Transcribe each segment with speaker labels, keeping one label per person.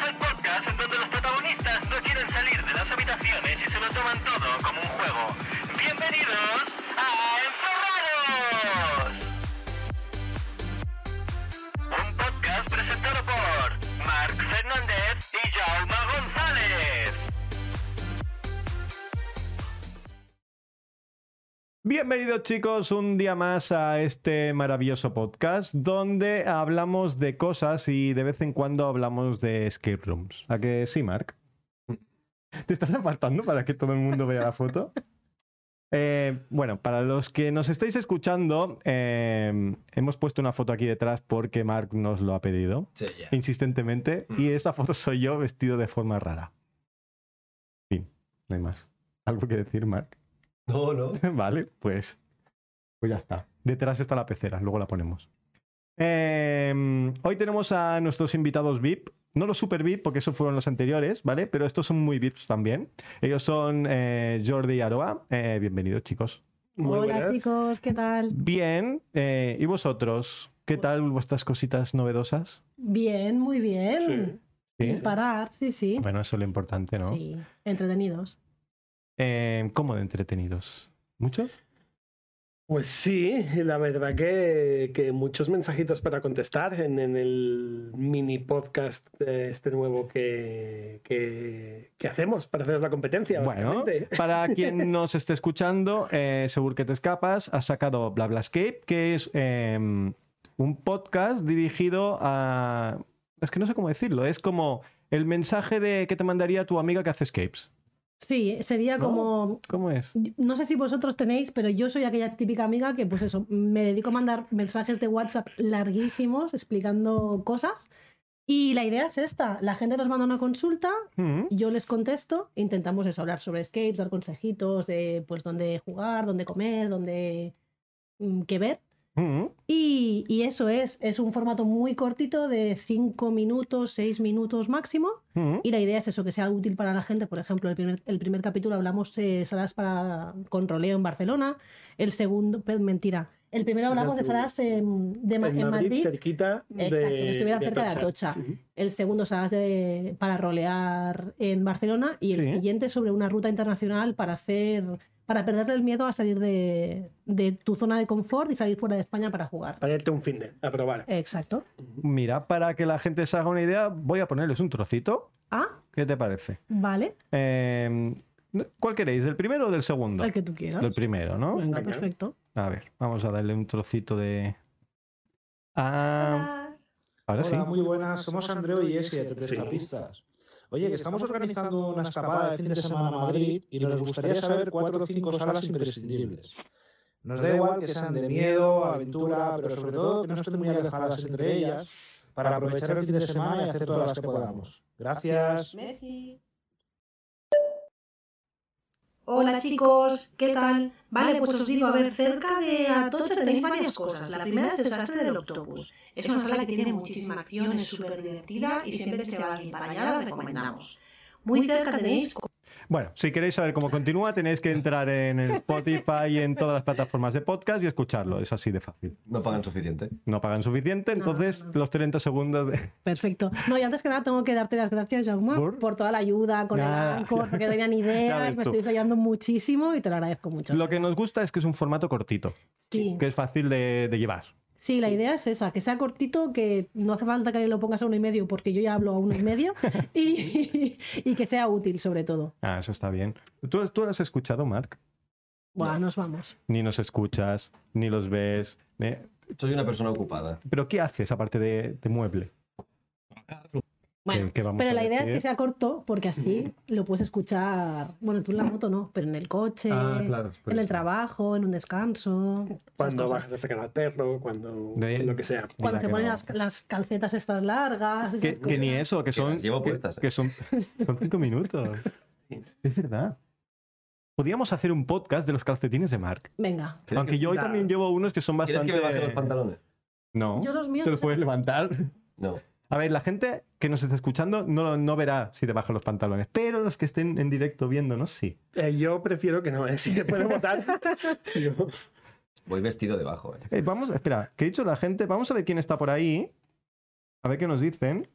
Speaker 1: películas en donde los protagonistas no quieren salir de las habitaciones y se lo toman todo como un juego. Bienvenidos a Encerrados. Un podcast presentado por Marc Fernández y Jaume González.
Speaker 2: Bienvenidos chicos un día más a este maravilloso podcast donde hablamos de cosas y de vez en cuando hablamos de escape rooms. ¿A que sí, Mark? ¿Te estás apartando para que todo el mundo vea la foto? Eh, bueno, para los que nos estáis escuchando, eh, hemos puesto una foto aquí detrás porque Mark nos lo ha pedido
Speaker 3: Sí, ya.
Speaker 2: insistentemente y esa foto soy yo vestido de forma rara. Fin, no hay más. ¿Algo que decir, Mark?
Speaker 3: No, no.
Speaker 2: Vale, pues. Pues ya está. Detrás está la pecera, luego la ponemos. Eh, hoy tenemos a nuestros invitados VIP. No los super VIP, porque esos fueron los anteriores, ¿vale? Pero estos son muy VIPs también. Ellos son eh, Jordi y Aroa. Eh, bienvenidos, chicos.
Speaker 4: Hola chicos, ¿qué tal?
Speaker 2: Bien. eh, ¿Y vosotros? ¿Qué tal vuestras cositas novedosas?
Speaker 4: Bien, muy bien.
Speaker 2: Sí.
Speaker 4: Sin parar, sí, sí.
Speaker 2: Bueno, eso es lo importante, ¿no?
Speaker 4: Sí, entretenidos.
Speaker 2: Eh, ¿Cómo de entretenidos? ¿Muchos?
Speaker 5: Pues sí, la verdad que, que muchos mensajitos para contestar en, en el mini podcast eh, este nuevo que, que, que hacemos para hacer la competencia.
Speaker 2: Bueno,
Speaker 5: básicamente.
Speaker 2: para quien nos esté escuchando, eh, seguro que te escapas, ha sacado BlaBlaScape, que es eh, un podcast dirigido a... Es que no sé cómo decirlo, es como el mensaje de que te mandaría tu amiga que hace escapes.
Speaker 4: Sí, sería
Speaker 2: ¿No?
Speaker 4: como...
Speaker 2: ¿Cómo es?
Speaker 4: No sé si vosotros tenéis, pero yo soy aquella típica amiga que, pues eso, me dedico a mandar mensajes de WhatsApp larguísimos explicando cosas. Y la idea es esta. La gente nos manda una consulta,
Speaker 2: Mm.
Speaker 4: yo les contesto, intentamos eso, hablar sobre escapes, dar consejitos de, pues, dónde jugar, dónde comer, dónde... mm, qué ver.
Speaker 2: Mm.
Speaker 4: Y, y eso es, es un formato muy cortito de 5 minutos, 6 minutos máximo.
Speaker 2: Mm.
Speaker 4: Y la idea es eso, que sea útil para la gente. Por ejemplo, el primer, el primer capítulo hablamos de salas para, con roleo en Barcelona. El segundo, pe- mentira. El primero hablamos de salas en, de Ma- en Madrid.
Speaker 5: cerquita de,
Speaker 4: Exacto, que estuviera
Speaker 5: de
Speaker 4: cerca de Atocha.
Speaker 5: Ujú.
Speaker 4: El segundo, salas de, para rolear en Barcelona. Y el
Speaker 2: Sí.
Speaker 4: siguiente sobre una ruta internacional para hacer para perderle el miedo a salir de, de tu zona de confort y salir fuera de España para jugar.
Speaker 5: Para irte un fin de, a probar.
Speaker 4: Eh, Exacto.
Speaker 2: Mira, para que la gente se haga una idea, voy a ponerles un trocito.
Speaker 4: Ah,
Speaker 2: ¿Qué te parece?
Speaker 4: vale.
Speaker 2: Eh, ¿Cuál queréis? ¿Del primero o del segundo?
Speaker 4: El que tú quieras.
Speaker 2: Del primero, ¿no?
Speaker 4: Venga,
Speaker 5: Venga.
Speaker 4: perfecto.
Speaker 2: A ver, vamos a darle un trocito de... Ah, ahora sí.
Speaker 6: Hola, muy buenas. Somos Andreu y Esi, de Tres
Speaker 5: Sí.
Speaker 6: Escapistas. Oye, que estamos organizando una escapada de fin de semana a Madrid y nos gustaría saber cuatro o cinco salas imprescindibles. Nos da igual que sean de miedo, aventura, pero sobre todo que no estén muy alejadas entre ellas para aprovechar el fin de semana y hacer todas las que podamos. Gracias.
Speaker 7: Messi.
Speaker 8: Hola chicos, ¿qué tal? Vale, pues os digo, a ver, cerca de Atocha tenéis varias cosas. La primera es Desastre del Octopus. Es una sala que tiene muchísima acción, es súper divertida y siempre que se va alguien para allá la recomendamos. Muy cerca tenéis
Speaker 2: Bueno, si queréis saber cómo continúa, tenéis que entrar en el Spotify y en todas las plataformas de podcast y escucharlo. Es así de fácil.
Speaker 3: No pagan suficiente.
Speaker 2: No pagan suficiente, entonces
Speaker 4: Ah, no.
Speaker 2: los 30 segundos de...
Speaker 4: Perfecto. No, y antes que nada tengo que darte las gracias, Jaume,
Speaker 2: ¿Por?
Speaker 4: ¿Por? toda la ayuda con
Speaker 2: Nada.
Speaker 4: el Anchor, porque no tenía ni
Speaker 2: Ya
Speaker 4: idea,
Speaker 2: ves
Speaker 4: me
Speaker 2: tú.
Speaker 4: estuviste ayudando muchísimo y te lo agradezco mucho.
Speaker 2: Lo que nos gusta es que es un formato cortito,
Speaker 4: Sí.
Speaker 2: que es fácil de, de llevar.
Speaker 4: Sí, la idea es esa, que sea cortito, que no hace falta que lo pongas a uno y medio, porque yo ya hablo a uno y medio, y, y que sea útil sobre todo.
Speaker 2: Ah, eso está bien. ¿Tú, tú has escuchado, Mark?
Speaker 4: Bueno, nos vamos.
Speaker 2: Ni nos escuchas, ni los ves. ¿eh?
Speaker 3: Soy una persona ocupada.
Speaker 2: ¿Pero qué haces aparte de, de mueble?
Speaker 4: Bueno,
Speaker 2: ¿Qué- qué vamos
Speaker 4: pero
Speaker 2: a
Speaker 4: la idea es
Speaker 2: decir?
Speaker 4: que sea corto, porque así lo puedes escuchar, bueno, tú en la moto no, pero en el coche,
Speaker 2: Ah, claro, es por
Speaker 4: en el
Speaker 2: eso.
Speaker 4: trabajo, en un descanso. esas
Speaker 5: Cuando
Speaker 4: cosas.
Speaker 5: bajas a sacar al perro, cuando
Speaker 2: De-
Speaker 5: lo que sea.
Speaker 2: Mira
Speaker 4: Cuando se
Speaker 2: que
Speaker 4: ponen
Speaker 2: no.
Speaker 4: las, las calcetas estas largas. esas
Speaker 2: Que, que ni
Speaker 4: cosas.
Speaker 2: eso, que son.
Speaker 3: las llevo
Speaker 2: que-
Speaker 3: puestas, ¿eh?
Speaker 2: que son, son cinco minutos. Es verdad. Podríamos hacer un podcast de los calcetines de Mark.
Speaker 4: Venga.
Speaker 3: ¿Quieres
Speaker 2: Aunque
Speaker 3: que-
Speaker 2: yo hoy
Speaker 5: Nah.
Speaker 2: también llevo unos que son
Speaker 3: ¿Quieres
Speaker 2: bastante.
Speaker 3: que me baje los pantalones?
Speaker 2: no,
Speaker 4: Yo los míos.
Speaker 2: te los puedes levantar.
Speaker 3: No.
Speaker 2: A ver, la gente que nos está escuchando no, lo- no verá si te bajan los pantalones, pero los que estén en directo viéndonos sí.
Speaker 5: Eh, yo prefiero que no, eh, si te pueden votar. yo-
Speaker 3: Voy vestido debajo. ¿eh?
Speaker 2: Eh, vamos, espera, que he dicho la gente, vamos a ver quién está por ahí. A ver qué nos dicen.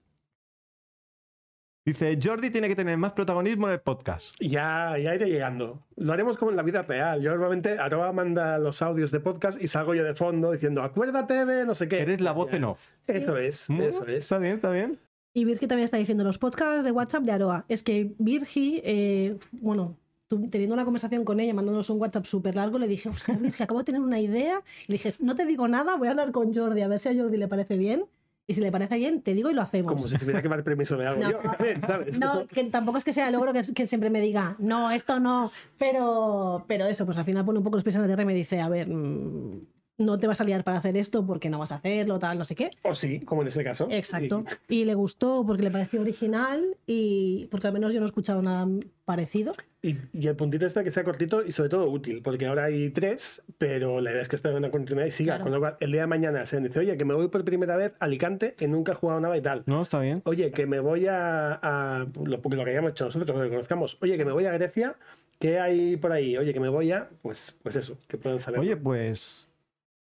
Speaker 2: Dice, Jordi tiene que tener más protagonismo en el podcast.
Speaker 5: Ya, ya iré llegando. Lo haremos como en la vida real. Yo normalmente Aroa manda los audios de podcast y salgo yo de fondo diciendo acuérdate de no sé qué.
Speaker 2: Eres la voz en off.
Speaker 5: Eso es,
Speaker 2: Mm,
Speaker 5: eso es.
Speaker 2: Está bien, está bien.
Speaker 4: Y Virgi también está diciendo los podcasts de WhatsApp de Aroa. Es que Virgi, eh, bueno, tú- teniendo una conversación con ella, mandándonos un WhatsApp súper largo, le dije, hostia, Virgi, acabo de tener una idea. Y le dije, no te digo nada, voy a hablar con Jordi, a ver si a Jordi le parece bien. Y si le parece bien, te digo y lo hacemos.
Speaker 5: Como si tuviera que dar permiso de algo.
Speaker 4: No.
Speaker 5: Yo también, ¿sabes?
Speaker 4: No, que tampoco es que sea logro que, que siempre me diga, no, esto no, pero, pero eso, pues al final pone un poco los pies en la tierra y me dice, a ver, mm, no te vas a liar para hacer esto porque no vas a hacerlo, tal, no sé qué.
Speaker 5: O sí, como en este caso.
Speaker 4: Exacto. Y le gustó porque le pareció original y porque al menos yo no he escuchado nada parecido.
Speaker 5: Y, y- y el puntito está que sea cortito y sobre todo útil, porque ahora hay tres, pero la idea es que esta es una continuidad y siga.
Speaker 4: Claro.
Speaker 5: Con lo cual, el día de mañana se dice, oye, que me voy por primera vez a Alicante, que nunca he jugado nada y tal.
Speaker 2: No, está bien.
Speaker 5: Oye, que me voy a, a- pues lo, lo que hayamos hecho nosotros, lo que conozcamos. Oye, que me voy a Grecia, ¿qué hay por ahí? Oye, que me voy a, pues, pues eso, que puedan saber.
Speaker 2: Oye, pues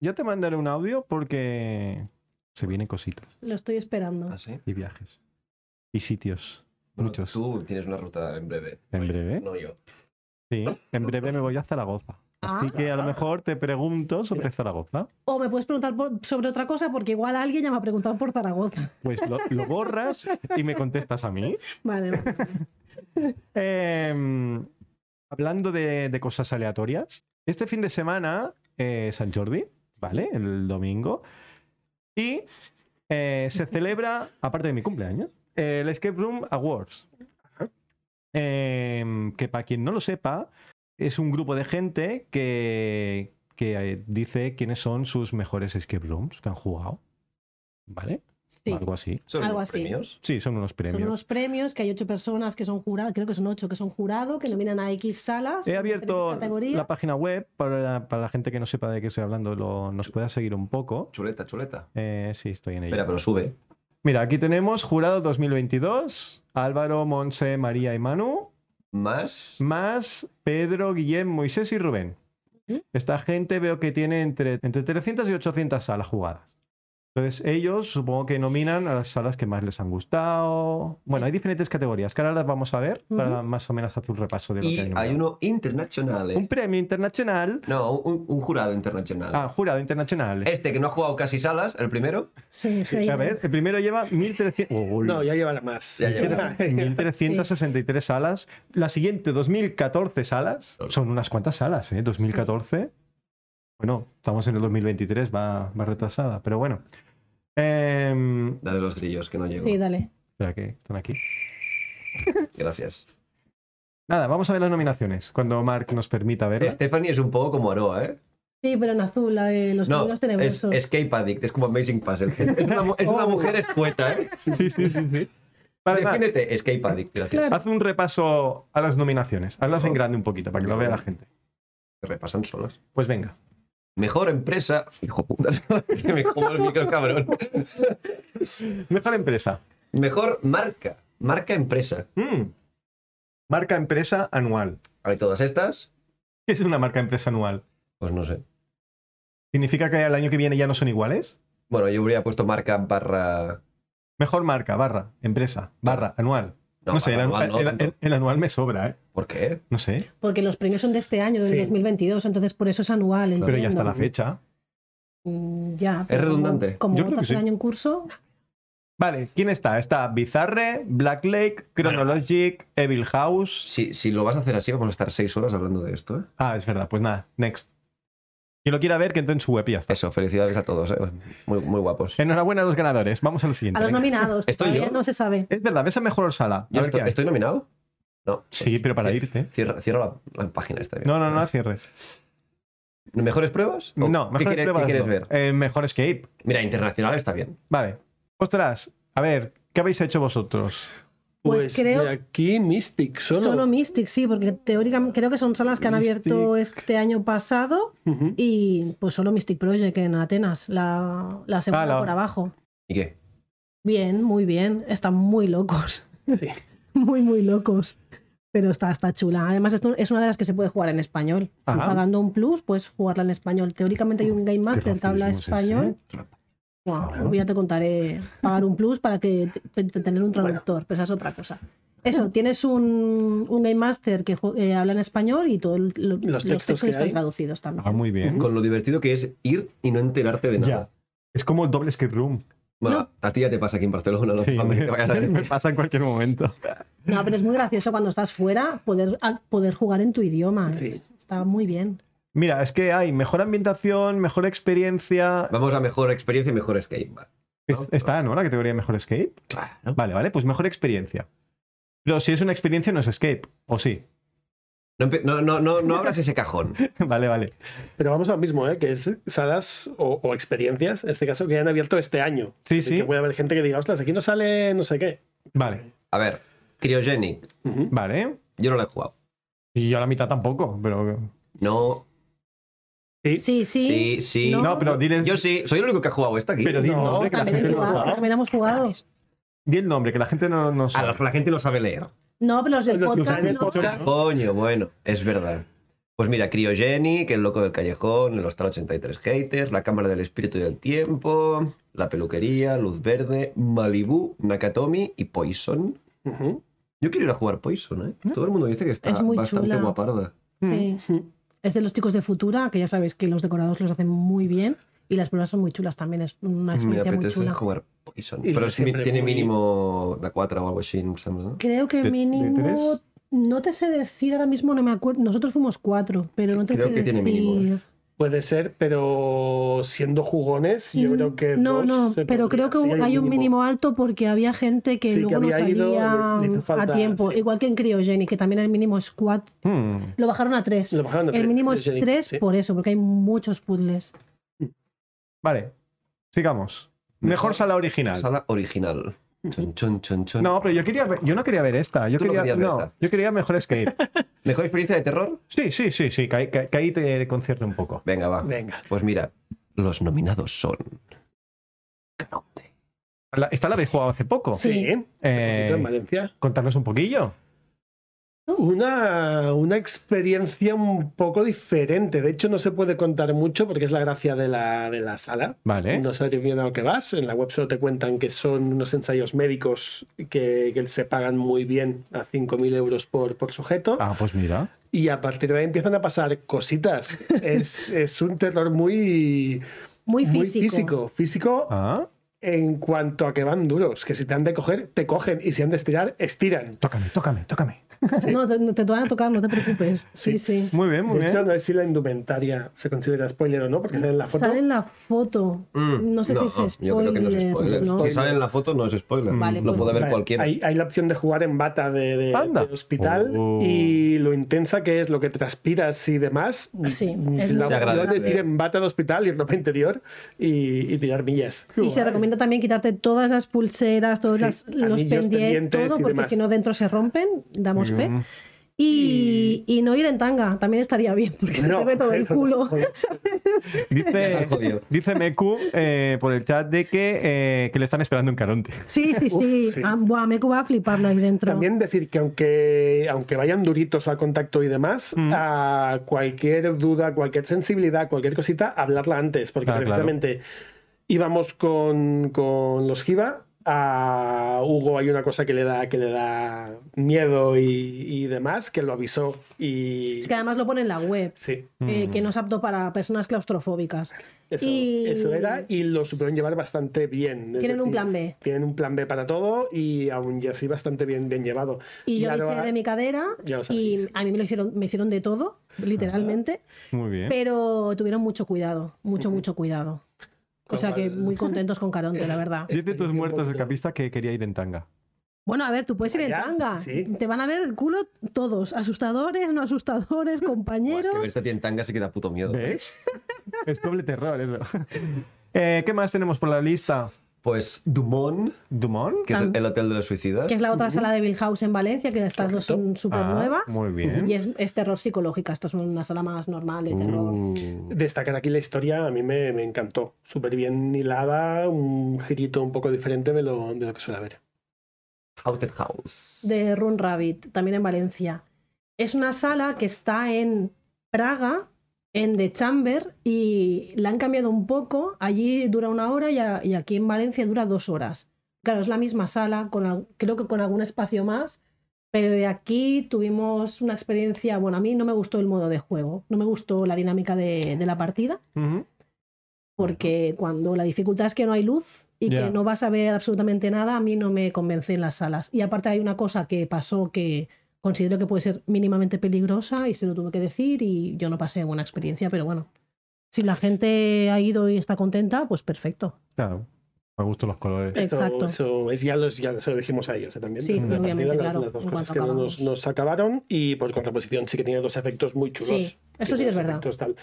Speaker 2: yo te mandaré un audio porque se vienen cositas ¿eh?
Speaker 4: Lo estoy esperando.
Speaker 3: ¿Ah, sí?
Speaker 2: y viajes y sitios.
Speaker 3: Bueno,
Speaker 2: Muchos.
Speaker 3: Tú tienes una ruta en breve.
Speaker 2: ¿En breve?
Speaker 3: No yo.
Speaker 2: Sí, en breve me voy a Zaragoza. Así que a
Speaker 3: Ah.
Speaker 2: lo mejor te pregunto sobre Zaragoza.
Speaker 4: Ah, O me puedes preguntar por- sobre otra cosa porque igual alguien ya me ha preguntado por Zaragoza.
Speaker 2: Pues lo, lo borras y me contestas a mí.
Speaker 4: Vale, vale.
Speaker 2: Em, hablando de, de cosas aleatorias, este fin de semana, eh, San Jordi, ¿vale? El domingo. Y eh, se celebra, aparte de mi cumpleaños, el Escape Room Awards. Em, que para quien no lo sepa, es un grupo de gente que, que eh, dice quiénes son sus mejores escape rooms que han jugado. ¿Vale?
Speaker 4: Sí.
Speaker 2: Algo así.
Speaker 3: ¿Son
Speaker 4: Algo
Speaker 3: unos
Speaker 4: así.
Speaker 3: premios?
Speaker 2: Sí, son unos premios.
Speaker 4: Son unos premios que hay ocho personas que son jurados, creo que son ocho que son jurado, que nominan a X salas.
Speaker 2: He
Speaker 4: en diferentes
Speaker 2: abierto
Speaker 4: categorías.
Speaker 2: la página web para la, para la gente que no sepa de qué estoy hablando, lo- nos pueda seguir un poco.
Speaker 3: Chuleta, chuleta.
Speaker 2: Eh, sí, estoy en
Speaker 3: Espera,
Speaker 2: ella.
Speaker 3: pero sube.
Speaker 2: Mira, aquí tenemos jurado 2022, Álvaro, Monse, María y Manu,
Speaker 3: Más.
Speaker 2: más Pedro, Guillem, Moisés y Rubén. Esta gente veo que tiene entre, entre 300 y 800 salas jugadas. Entonces, ellos supongo que nominan a las salas que más les han gustado. Bueno, hay diferentes categorías, que ahora las vamos a ver para más o menos hacer un repaso de lo
Speaker 3: Y
Speaker 2: que hay.
Speaker 3: hay
Speaker 2: nominado.
Speaker 3: uno internacional. ¿eh?
Speaker 2: Un premio internacional.
Speaker 3: No, un, un jurado internacional.
Speaker 2: Ah, jurado internacional.
Speaker 5: Eh,
Speaker 3: Este que no ha jugado casi salas, el primero.
Speaker 4: Sí,
Speaker 2: A ver, el primero lleva 1300 Uy,
Speaker 5: No, ya llevará más.
Speaker 3: Ya llevará.
Speaker 2: 1363 salas. La siguiente, 2014 salas. Son unas cuantas salas, ¿eh? 2014. Bueno, estamos en el 2023, va, va retrasada, pero bueno. Em,
Speaker 3: Dale los grillos que no llego.
Speaker 4: Sí, dale.
Speaker 2: espera, que están aquí.
Speaker 3: Gracias.
Speaker 2: Nada, vamos a ver las nominaciones cuando Mark nos permita verlas.
Speaker 5: Este
Speaker 3: Stephanie es un poco como Aroa, ¿eh?
Speaker 4: Sí, pero en azul, la de los
Speaker 3: No,
Speaker 4: primeros
Speaker 3: es
Speaker 4: tenebrosos.
Speaker 3: Escape Addict, es como Amazing Puzzle. Es una, mu- es una mujer escueta, ¿eh?
Speaker 2: Sí, sí, sí. sí. Oh. Vale, Mark,
Speaker 3: Defínete, Escape Addict, gracias.
Speaker 2: haz un repaso a las nominaciones. Hazlas en grande un poquito para que lo vea la gente.
Speaker 3: Se repasan solas.
Speaker 2: Pues venga.
Speaker 3: Mejor empresa. Hijo puta, que me como el micro, cabrón.
Speaker 2: Mejor empresa.
Speaker 3: Mejor marca. Marca empresa.
Speaker 2: Mm. Marca empresa anual.
Speaker 3: ¿Hay todas estas?
Speaker 2: ¿Qué es una marca empresa anual?
Speaker 3: Pues no sé.
Speaker 2: ¿Significa que el año que viene ya no son iguales?
Speaker 3: Bueno, yo hubiera puesto marca barra.
Speaker 2: Mejor marca, barra, empresa, barra, anual. No, sé, el,
Speaker 3: barra
Speaker 2: anual,
Speaker 3: anual no,
Speaker 2: el- el- el anual me sobra, ¿eh?
Speaker 3: ¿Por qué?
Speaker 2: No sé,
Speaker 4: Porque los premios son de este año, del
Speaker 5: Sí.
Speaker 4: 2022, entonces por eso es anual.
Speaker 2: pero ya
Speaker 4: entiendo.
Speaker 2: está la fecha.
Speaker 4: Mm, Ya.
Speaker 3: Es
Speaker 4: pero
Speaker 3: redundante.
Speaker 4: Como,
Speaker 2: Yo creo
Speaker 4: como
Speaker 2: que
Speaker 4: estás el
Speaker 2: sí.
Speaker 4: año en curso,
Speaker 2: Vale, ¿quién está? Está Bizarre, Black Lake, Chronologic, Evil House.
Speaker 3: Si, si lo vas a hacer así, vamos a estar seis horas hablando de esto, ¿eh?
Speaker 2: Ah, es verdad, pues nada, next. Quien lo quiera ver, que entre en su web y ya está.
Speaker 3: Eso, felicidades a todos, ¿eh? Muy, muy guapos.
Speaker 2: Enhorabuena Eh, a los ganadores, vamos a lo siguiente.
Speaker 4: a los
Speaker 2: venga.
Speaker 4: nominados.
Speaker 3: ¿Estoy
Speaker 4: todavía
Speaker 3: yo?
Speaker 4: no se sabe.
Speaker 2: Es verdad, ves a mejor sala. A
Speaker 3: ¿Yo
Speaker 2: ver
Speaker 3: estoy,
Speaker 2: qué hay.
Speaker 3: estoy nominado? No.
Speaker 2: Sí, pero para
Speaker 3: Sí.
Speaker 2: irte.
Speaker 3: Cierra, cierra la, la página esta. ¿eh?
Speaker 2: No, no, no, cierres.
Speaker 3: ¿Mejores pruebas? ¿O
Speaker 2: No,
Speaker 3: ¿Qué
Speaker 2: mejor
Speaker 3: quieres,
Speaker 2: prueba
Speaker 3: qué
Speaker 2: las
Speaker 3: quieres ver?
Speaker 2: dos. Eh, mejor escape.
Speaker 3: Mira, internacional está bien.
Speaker 2: Vale. Ostras, a ver, ¿qué habéis hecho vosotros?
Speaker 5: Pues,
Speaker 4: Pues creo-
Speaker 5: de aquí Mystic solo.
Speaker 4: Solo, Mystic, sí, porque teóricamente creo que son salas que han abierto este año pasado
Speaker 5: Ujú.
Speaker 4: y pues solo Mystic Project en Atenas, la, la segunda
Speaker 2: Ah, la-
Speaker 4: por abajo.
Speaker 3: ¿Y qué?
Speaker 4: Bien, muy bien. Están muy locos.
Speaker 5: Sí.
Speaker 4: muy, muy locos. Pero está, está chula. Además, esto es una de las que se puede jugar en español.
Speaker 2: Ajá.
Speaker 4: Pagando un plus, pues jugarla en español. Teóricamente hay un Game Master que
Speaker 2: racismo
Speaker 4: habla
Speaker 2: es ese,
Speaker 4: español. Buah, luego ya te contaré pagar un plus para que te- te- tener un traductor, pero esa es otra cosa. Eso, tienes un, un Game Master que ju- eh, habla en español y todos los,
Speaker 5: textos
Speaker 4: textos
Speaker 5: que
Speaker 4: están
Speaker 5: hay.
Speaker 4: traducidos también.
Speaker 2: Ah, muy bien.
Speaker 3: Con lo divertido que es ir y no enterarte de
Speaker 2: Ya.
Speaker 3: nada.
Speaker 2: Es como el doble escape room.
Speaker 3: Bueno, a ti ya te pasa aquí en Barcelona, ¿no?
Speaker 2: Sí,
Speaker 3: Hombre, te vayas a
Speaker 2: me pasa en cualquier momento.
Speaker 4: No, pero es muy gracioso cuando estás fuera poder, a- poder jugar en tu idioma.
Speaker 5: Sí.
Speaker 4: Es- Está muy bien.
Speaker 2: Mira, es que hay mejor ambientación, mejor experiencia.
Speaker 3: Vamos a mejor experiencia y mejor escape. va.
Speaker 2: Es- Está, ¿no? La categoría de mejor escape.
Speaker 3: Claro.
Speaker 2: Vale, vale, pues mejor experiencia. Pero si es una experiencia, no es escape. ¿O sí?
Speaker 3: No, empe- no, no, no, no abras ese cajón.
Speaker 2: Vale, vale.
Speaker 5: Pero vamos a lo mismo, ¿eh? que es salas o, o experiencias, en este caso, que hayan abierto este año.
Speaker 2: Sí,
Speaker 5: Y
Speaker 2: sí.
Speaker 5: Que puede haber gente que diga, ostras, aquí no sale no sé qué.
Speaker 2: Vale,
Speaker 3: A ver, Cryogenic,
Speaker 5: Ujú.
Speaker 2: vale.
Speaker 3: yo no la he jugado.
Speaker 2: Y yo a la mitad tampoco, pero.
Speaker 3: No,
Speaker 4: Sí, sí.
Speaker 3: sí, sí.
Speaker 4: No.
Speaker 2: No, pero dile.
Speaker 3: Yo sí, soy el único que ha jugado esta aquí.
Speaker 2: Pero di el
Speaker 5: No,
Speaker 2: nombre, que la
Speaker 4: También,
Speaker 2: gente no
Speaker 4: hemos jugado-
Speaker 2: sabe.
Speaker 4: también hemos jugado.
Speaker 2: Di el nombre, que la gente no, no
Speaker 3: A
Speaker 2: sabe.
Speaker 3: los que la gente no sabe leer.
Speaker 4: No, pero los del
Speaker 5: Los que
Speaker 4: podcast.
Speaker 5: usan el
Speaker 4: no.
Speaker 5: podcast,
Speaker 3: Coño, bueno, es verdad. Pues mira, Cryogenic, El Loco del Callejón, El Hostal 83 Haters, La Cámara del Espíritu y del Tiempo, La Peluquería, Luz Verde, Malibu, Nakatomi y Poison.
Speaker 5: ujú.
Speaker 3: Yo quiero ir a jugar Poison, ¿eh? Todo el mundo dice que está
Speaker 4: Es muy
Speaker 3: bastante
Speaker 4: chula.
Speaker 3: guaparda.
Speaker 5: mm,
Speaker 4: Sí. Es de los chicos de Futura, que ya sabéis que los decorados los hacen muy bien y las pruebas son muy chulas también. Ah, Es una
Speaker 3: Me
Speaker 4: experiencia muy
Speaker 3: apetece
Speaker 4: chula.
Speaker 3: jugar Poison.
Speaker 5: Y
Speaker 3: Pero
Speaker 5: lo
Speaker 3: sí,
Speaker 5: siempre
Speaker 3: tiene
Speaker 5: muy-
Speaker 3: mínimo de 4 o algo así, no sabemos, ¿no?
Speaker 4: Creo que
Speaker 2: ¿De- de
Speaker 4: mínimo.
Speaker 2: tres?
Speaker 4: No te sé decir ahora mismo, no me acuerdo. Nosotros fuimos cuatro, pero no te
Speaker 3: Creo
Speaker 4: sé
Speaker 3: que
Speaker 4: decir.
Speaker 3: tiene mínimo, ¿eh?
Speaker 5: Puede ser, pero siendo jugones, yo creo que.
Speaker 4: Mm, no,
Speaker 5: dos
Speaker 4: no,
Speaker 5: se
Speaker 4: pero
Speaker 5: podría.
Speaker 4: creo que
Speaker 5: Sí,
Speaker 4: hay un mínimo alto porque había gente que
Speaker 5: Sí, que
Speaker 4: luego no
Speaker 5: había
Speaker 4: salía
Speaker 5: ido, le- le hizo
Speaker 4: a
Speaker 5: falta,
Speaker 4: tiempo.
Speaker 5: sí.
Speaker 4: Igual que en Cryogenic, que también el mínimo es cuatro.
Speaker 2: Hmm.
Speaker 4: Lo bajaron a tres.
Speaker 5: Lo bajaron a
Speaker 4: el
Speaker 5: tres,
Speaker 4: mínimo es
Speaker 5: Cryogenic,
Speaker 4: tres
Speaker 5: sí.
Speaker 4: por eso, porque hay muchos puzzles.
Speaker 2: Vale, sigamos. Mejor sala original.
Speaker 3: Sala original. Chon, chon, chon, chon.
Speaker 2: No, pero yo quería ver- yo no quería ver esta. Yo
Speaker 3: Tú no
Speaker 2: quería,
Speaker 3: querías ver
Speaker 2: no,
Speaker 3: esta.
Speaker 2: yo quería mejor escape.
Speaker 3: ¿Mejor experiencia de terror?
Speaker 2: Sí, sí, sí, sí, que, ahí- que- que ahí te concierne un poco.
Speaker 3: Venga, va.
Speaker 5: Venga.
Speaker 3: Pues mira, los nominados son. Caronte.
Speaker 2: La- esta la habéis jugado hace poco.
Speaker 4: Sí.
Speaker 5: Sí. hace
Speaker 2: Eh,
Speaker 5: poquito en Valencia.
Speaker 2: Contarnos un poquillo.
Speaker 5: Una, una experiencia un poco diferente. De hecho, no se puede contar mucho porque es la gracia de la, de la sala.
Speaker 2: Vale.
Speaker 5: No sabes bien a lo que vas. En la web solo te cuentan que son unos ensayos médicos que, que se pagan muy bien a 5.000 euros por, por sujeto.
Speaker 2: Ah, pues mira.
Speaker 5: Y a partir de ahí empiezan a pasar cositas. es, es un terror muy,
Speaker 4: Muy
Speaker 5: muy
Speaker 4: físico.
Speaker 5: físico. Físico
Speaker 2: Ah,
Speaker 5: en cuanto a que van duros. Que si te han de coger, te cogen. Y si han de estirar, estiran.
Speaker 2: tócame, tócame, tócame.
Speaker 4: No, te, no te van a tocar, no te preocupes. Sí, sí.
Speaker 2: Muy bien, muy
Speaker 5: De hecho,
Speaker 2: bien.
Speaker 5: no es si la indumentaria se considera spoiler o no, porque sale en la foto.
Speaker 4: Sale en la foto.
Speaker 3: Mm,
Speaker 4: no sé si es spoiler.
Speaker 3: Yo creo que no es spoiler.
Speaker 4: ¿no?
Speaker 3: Si sale en la foto, no es spoiler.
Speaker 4: Vale,
Speaker 3: lo
Speaker 4: pues-
Speaker 3: puede ver
Speaker 5: Vale,
Speaker 3: cualquiera.
Speaker 5: Hay, hay la opción de jugar en bata de, de-
Speaker 2: Anda.
Speaker 5: de hospital
Speaker 2: Oh.
Speaker 5: y lo intensa que es, lo que transpiras y demás.
Speaker 4: Sí,
Speaker 5: Mm,
Speaker 4: es muy
Speaker 5: la opción
Speaker 3: agradable.
Speaker 5: es ir en bata de hospital y ropa interior y, y tirar millas.
Speaker 4: Y se recomienda también quitarte todas las pulseras, todos
Speaker 5: Sí,
Speaker 4: las- los
Speaker 5: anillos,
Speaker 4: pendientes,
Speaker 5: pendientes
Speaker 4: todo,
Speaker 5: y
Speaker 4: porque
Speaker 5: demás.
Speaker 4: si no dentro se rompen, damos fe. Y, y no ir en tanga, también estaría bien, porque se
Speaker 5: No,
Speaker 4: te ve todo el
Speaker 5: pero no,
Speaker 4: culo.
Speaker 5: joder.
Speaker 3: Ya
Speaker 2: Dice,
Speaker 3: está jodido.
Speaker 2: dice Meku eh, por el chat de que, eh, que le están esperando en Caronte.
Speaker 4: Sí, sí, sí.
Speaker 5: sí.
Speaker 4: Ah, buah, Meku va a fliparlo ahí dentro.
Speaker 5: También decir que aunque, aunque vayan duritos al contacto y demás,
Speaker 4: Mm.
Speaker 5: a cualquier duda, cualquier sensibilidad, cualquier cosita, hablarla antes, porque
Speaker 2: Ah, claro.
Speaker 5: precisamente íbamos con, con los Giva. A Hugo hay una cosa que le da, que le da miedo y, y demás, que lo avisó. Y
Speaker 4: Es que además lo pone en la web,
Speaker 5: sí,
Speaker 4: eh, que no es apto para personas claustrofóbicas.
Speaker 5: eso,
Speaker 4: Y-
Speaker 5: eso era, y lo supieron llevar bastante bien. es
Speaker 4: Tienen un plan B.
Speaker 5: Tienen un plan B para todo y aún y así bastante bien, bien llevado.
Speaker 4: Y yo me
Speaker 5: ahora-
Speaker 4: hice de mi cadera
Speaker 5: Ya lo sabéis.
Speaker 4: y a mí me lo hicieron, me hicieron de todo, literalmente.
Speaker 2: Muy bien.
Speaker 4: Pero tuvieron mucho cuidado, mucho, mucho cuidado. O
Speaker 5: Lo
Speaker 4: sea que
Speaker 5: cual-
Speaker 4: muy contentos con Caronte, la verdad.
Speaker 2: Dice tus
Speaker 5: experiencia
Speaker 2: muertos
Speaker 5: un
Speaker 2: el
Speaker 5: poquito-
Speaker 2: capista que quería ir en tanga.
Speaker 4: Bueno, a ver, tú puedes ir en
Speaker 5: Allá,
Speaker 4: tanga.
Speaker 5: sí.
Speaker 4: Te van a ver el culo todos, asustadores, no asustadores,
Speaker 3: Buah, es que
Speaker 4: compañeros.
Speaker 3: verte a ti en tanga sí que da puto miedo.
Speaker 2: ¿Ves? es doble terror, es verdad. Eh, ¿Qué más tenemos por la lista?
Speaker 3: Pues Dumont,
Speaker 2: ¿Dumont?
Speaker 3: que es
Speaker 4: Tam-
Speaker 3: el hotel de los suicidas.
Speaker 4: Que es la otra sala de Bill House en Valencia, que estas dos son súper
Speaker 2: Ah,
Speaker 4: nuevas.
Speaker 2: muy bien.
Speaker 4: Y es, es terror psicológica. Esto es una sala más normal de terror.
Speaker 2: Uh,
Speaker 3: Mm.
Speaker 5: destacar aquí la historia, a mí me, me encantó. Súper bien hilada, un girito un poco diferente de lo, de lo que suele haber.
Speaker 3: Haunted House.
Speaker 4: de Run Rabbit, también en Valencia. Es una sala que está en Praga, en The Chamber y la han cambiado un poco. Allí dura una hora y, a- y aquí en Valencia dura dos horas. Claro, es la misma sala, con, al- creo que con algún espacio más, pero de aquí tuvimos una experiencia, bueno, a mí no me gustó el modo de juego, no me gustó la dinámica de, de la partida,
Speaker 2: Ujú.
Speaker 4: porque cuando la dificultad es que no hay luz y
Speaker 2: Ya.
Speaker 4: que no vas a ver absolutamente nada, a mí no me convence en las salas. Y aparte hay una cosa que pasó que considero que puede ser mínimamente peligrosa y se lo tuve que decir y yo no pasé buena experiencia, pero bueno, si la gente ha ido y está contenta, pues perfecto.
Speaker 2: Claro. Me gustan los colores.
Speaker 5: Esto-
Speaker 4: Exacto.
Speaker 5: Eso es, ya, los, ya se lo dijimos a ellos ¿eh? también.
Speaker 4: Sí,
Speaker 5: Desde la
Speaker 4: obviamente,
Speaker 5: partida,
Speaker 4: claro,
Speaker 5: Las, las dos
Speaker 4: en
Speaker 5: cosas
Speaker 4: cuanto
Speaker 5: que no nos,
Speaker 4: acabamos.
Speaker 5: nos acabaron y por contraposición sí que tiene dos efectos muy chulos.
Speaker 4: Sí, eso sí que es
Speaker 5: Los
Speaker 4: verdad.
Speaker 5: efectos, tal.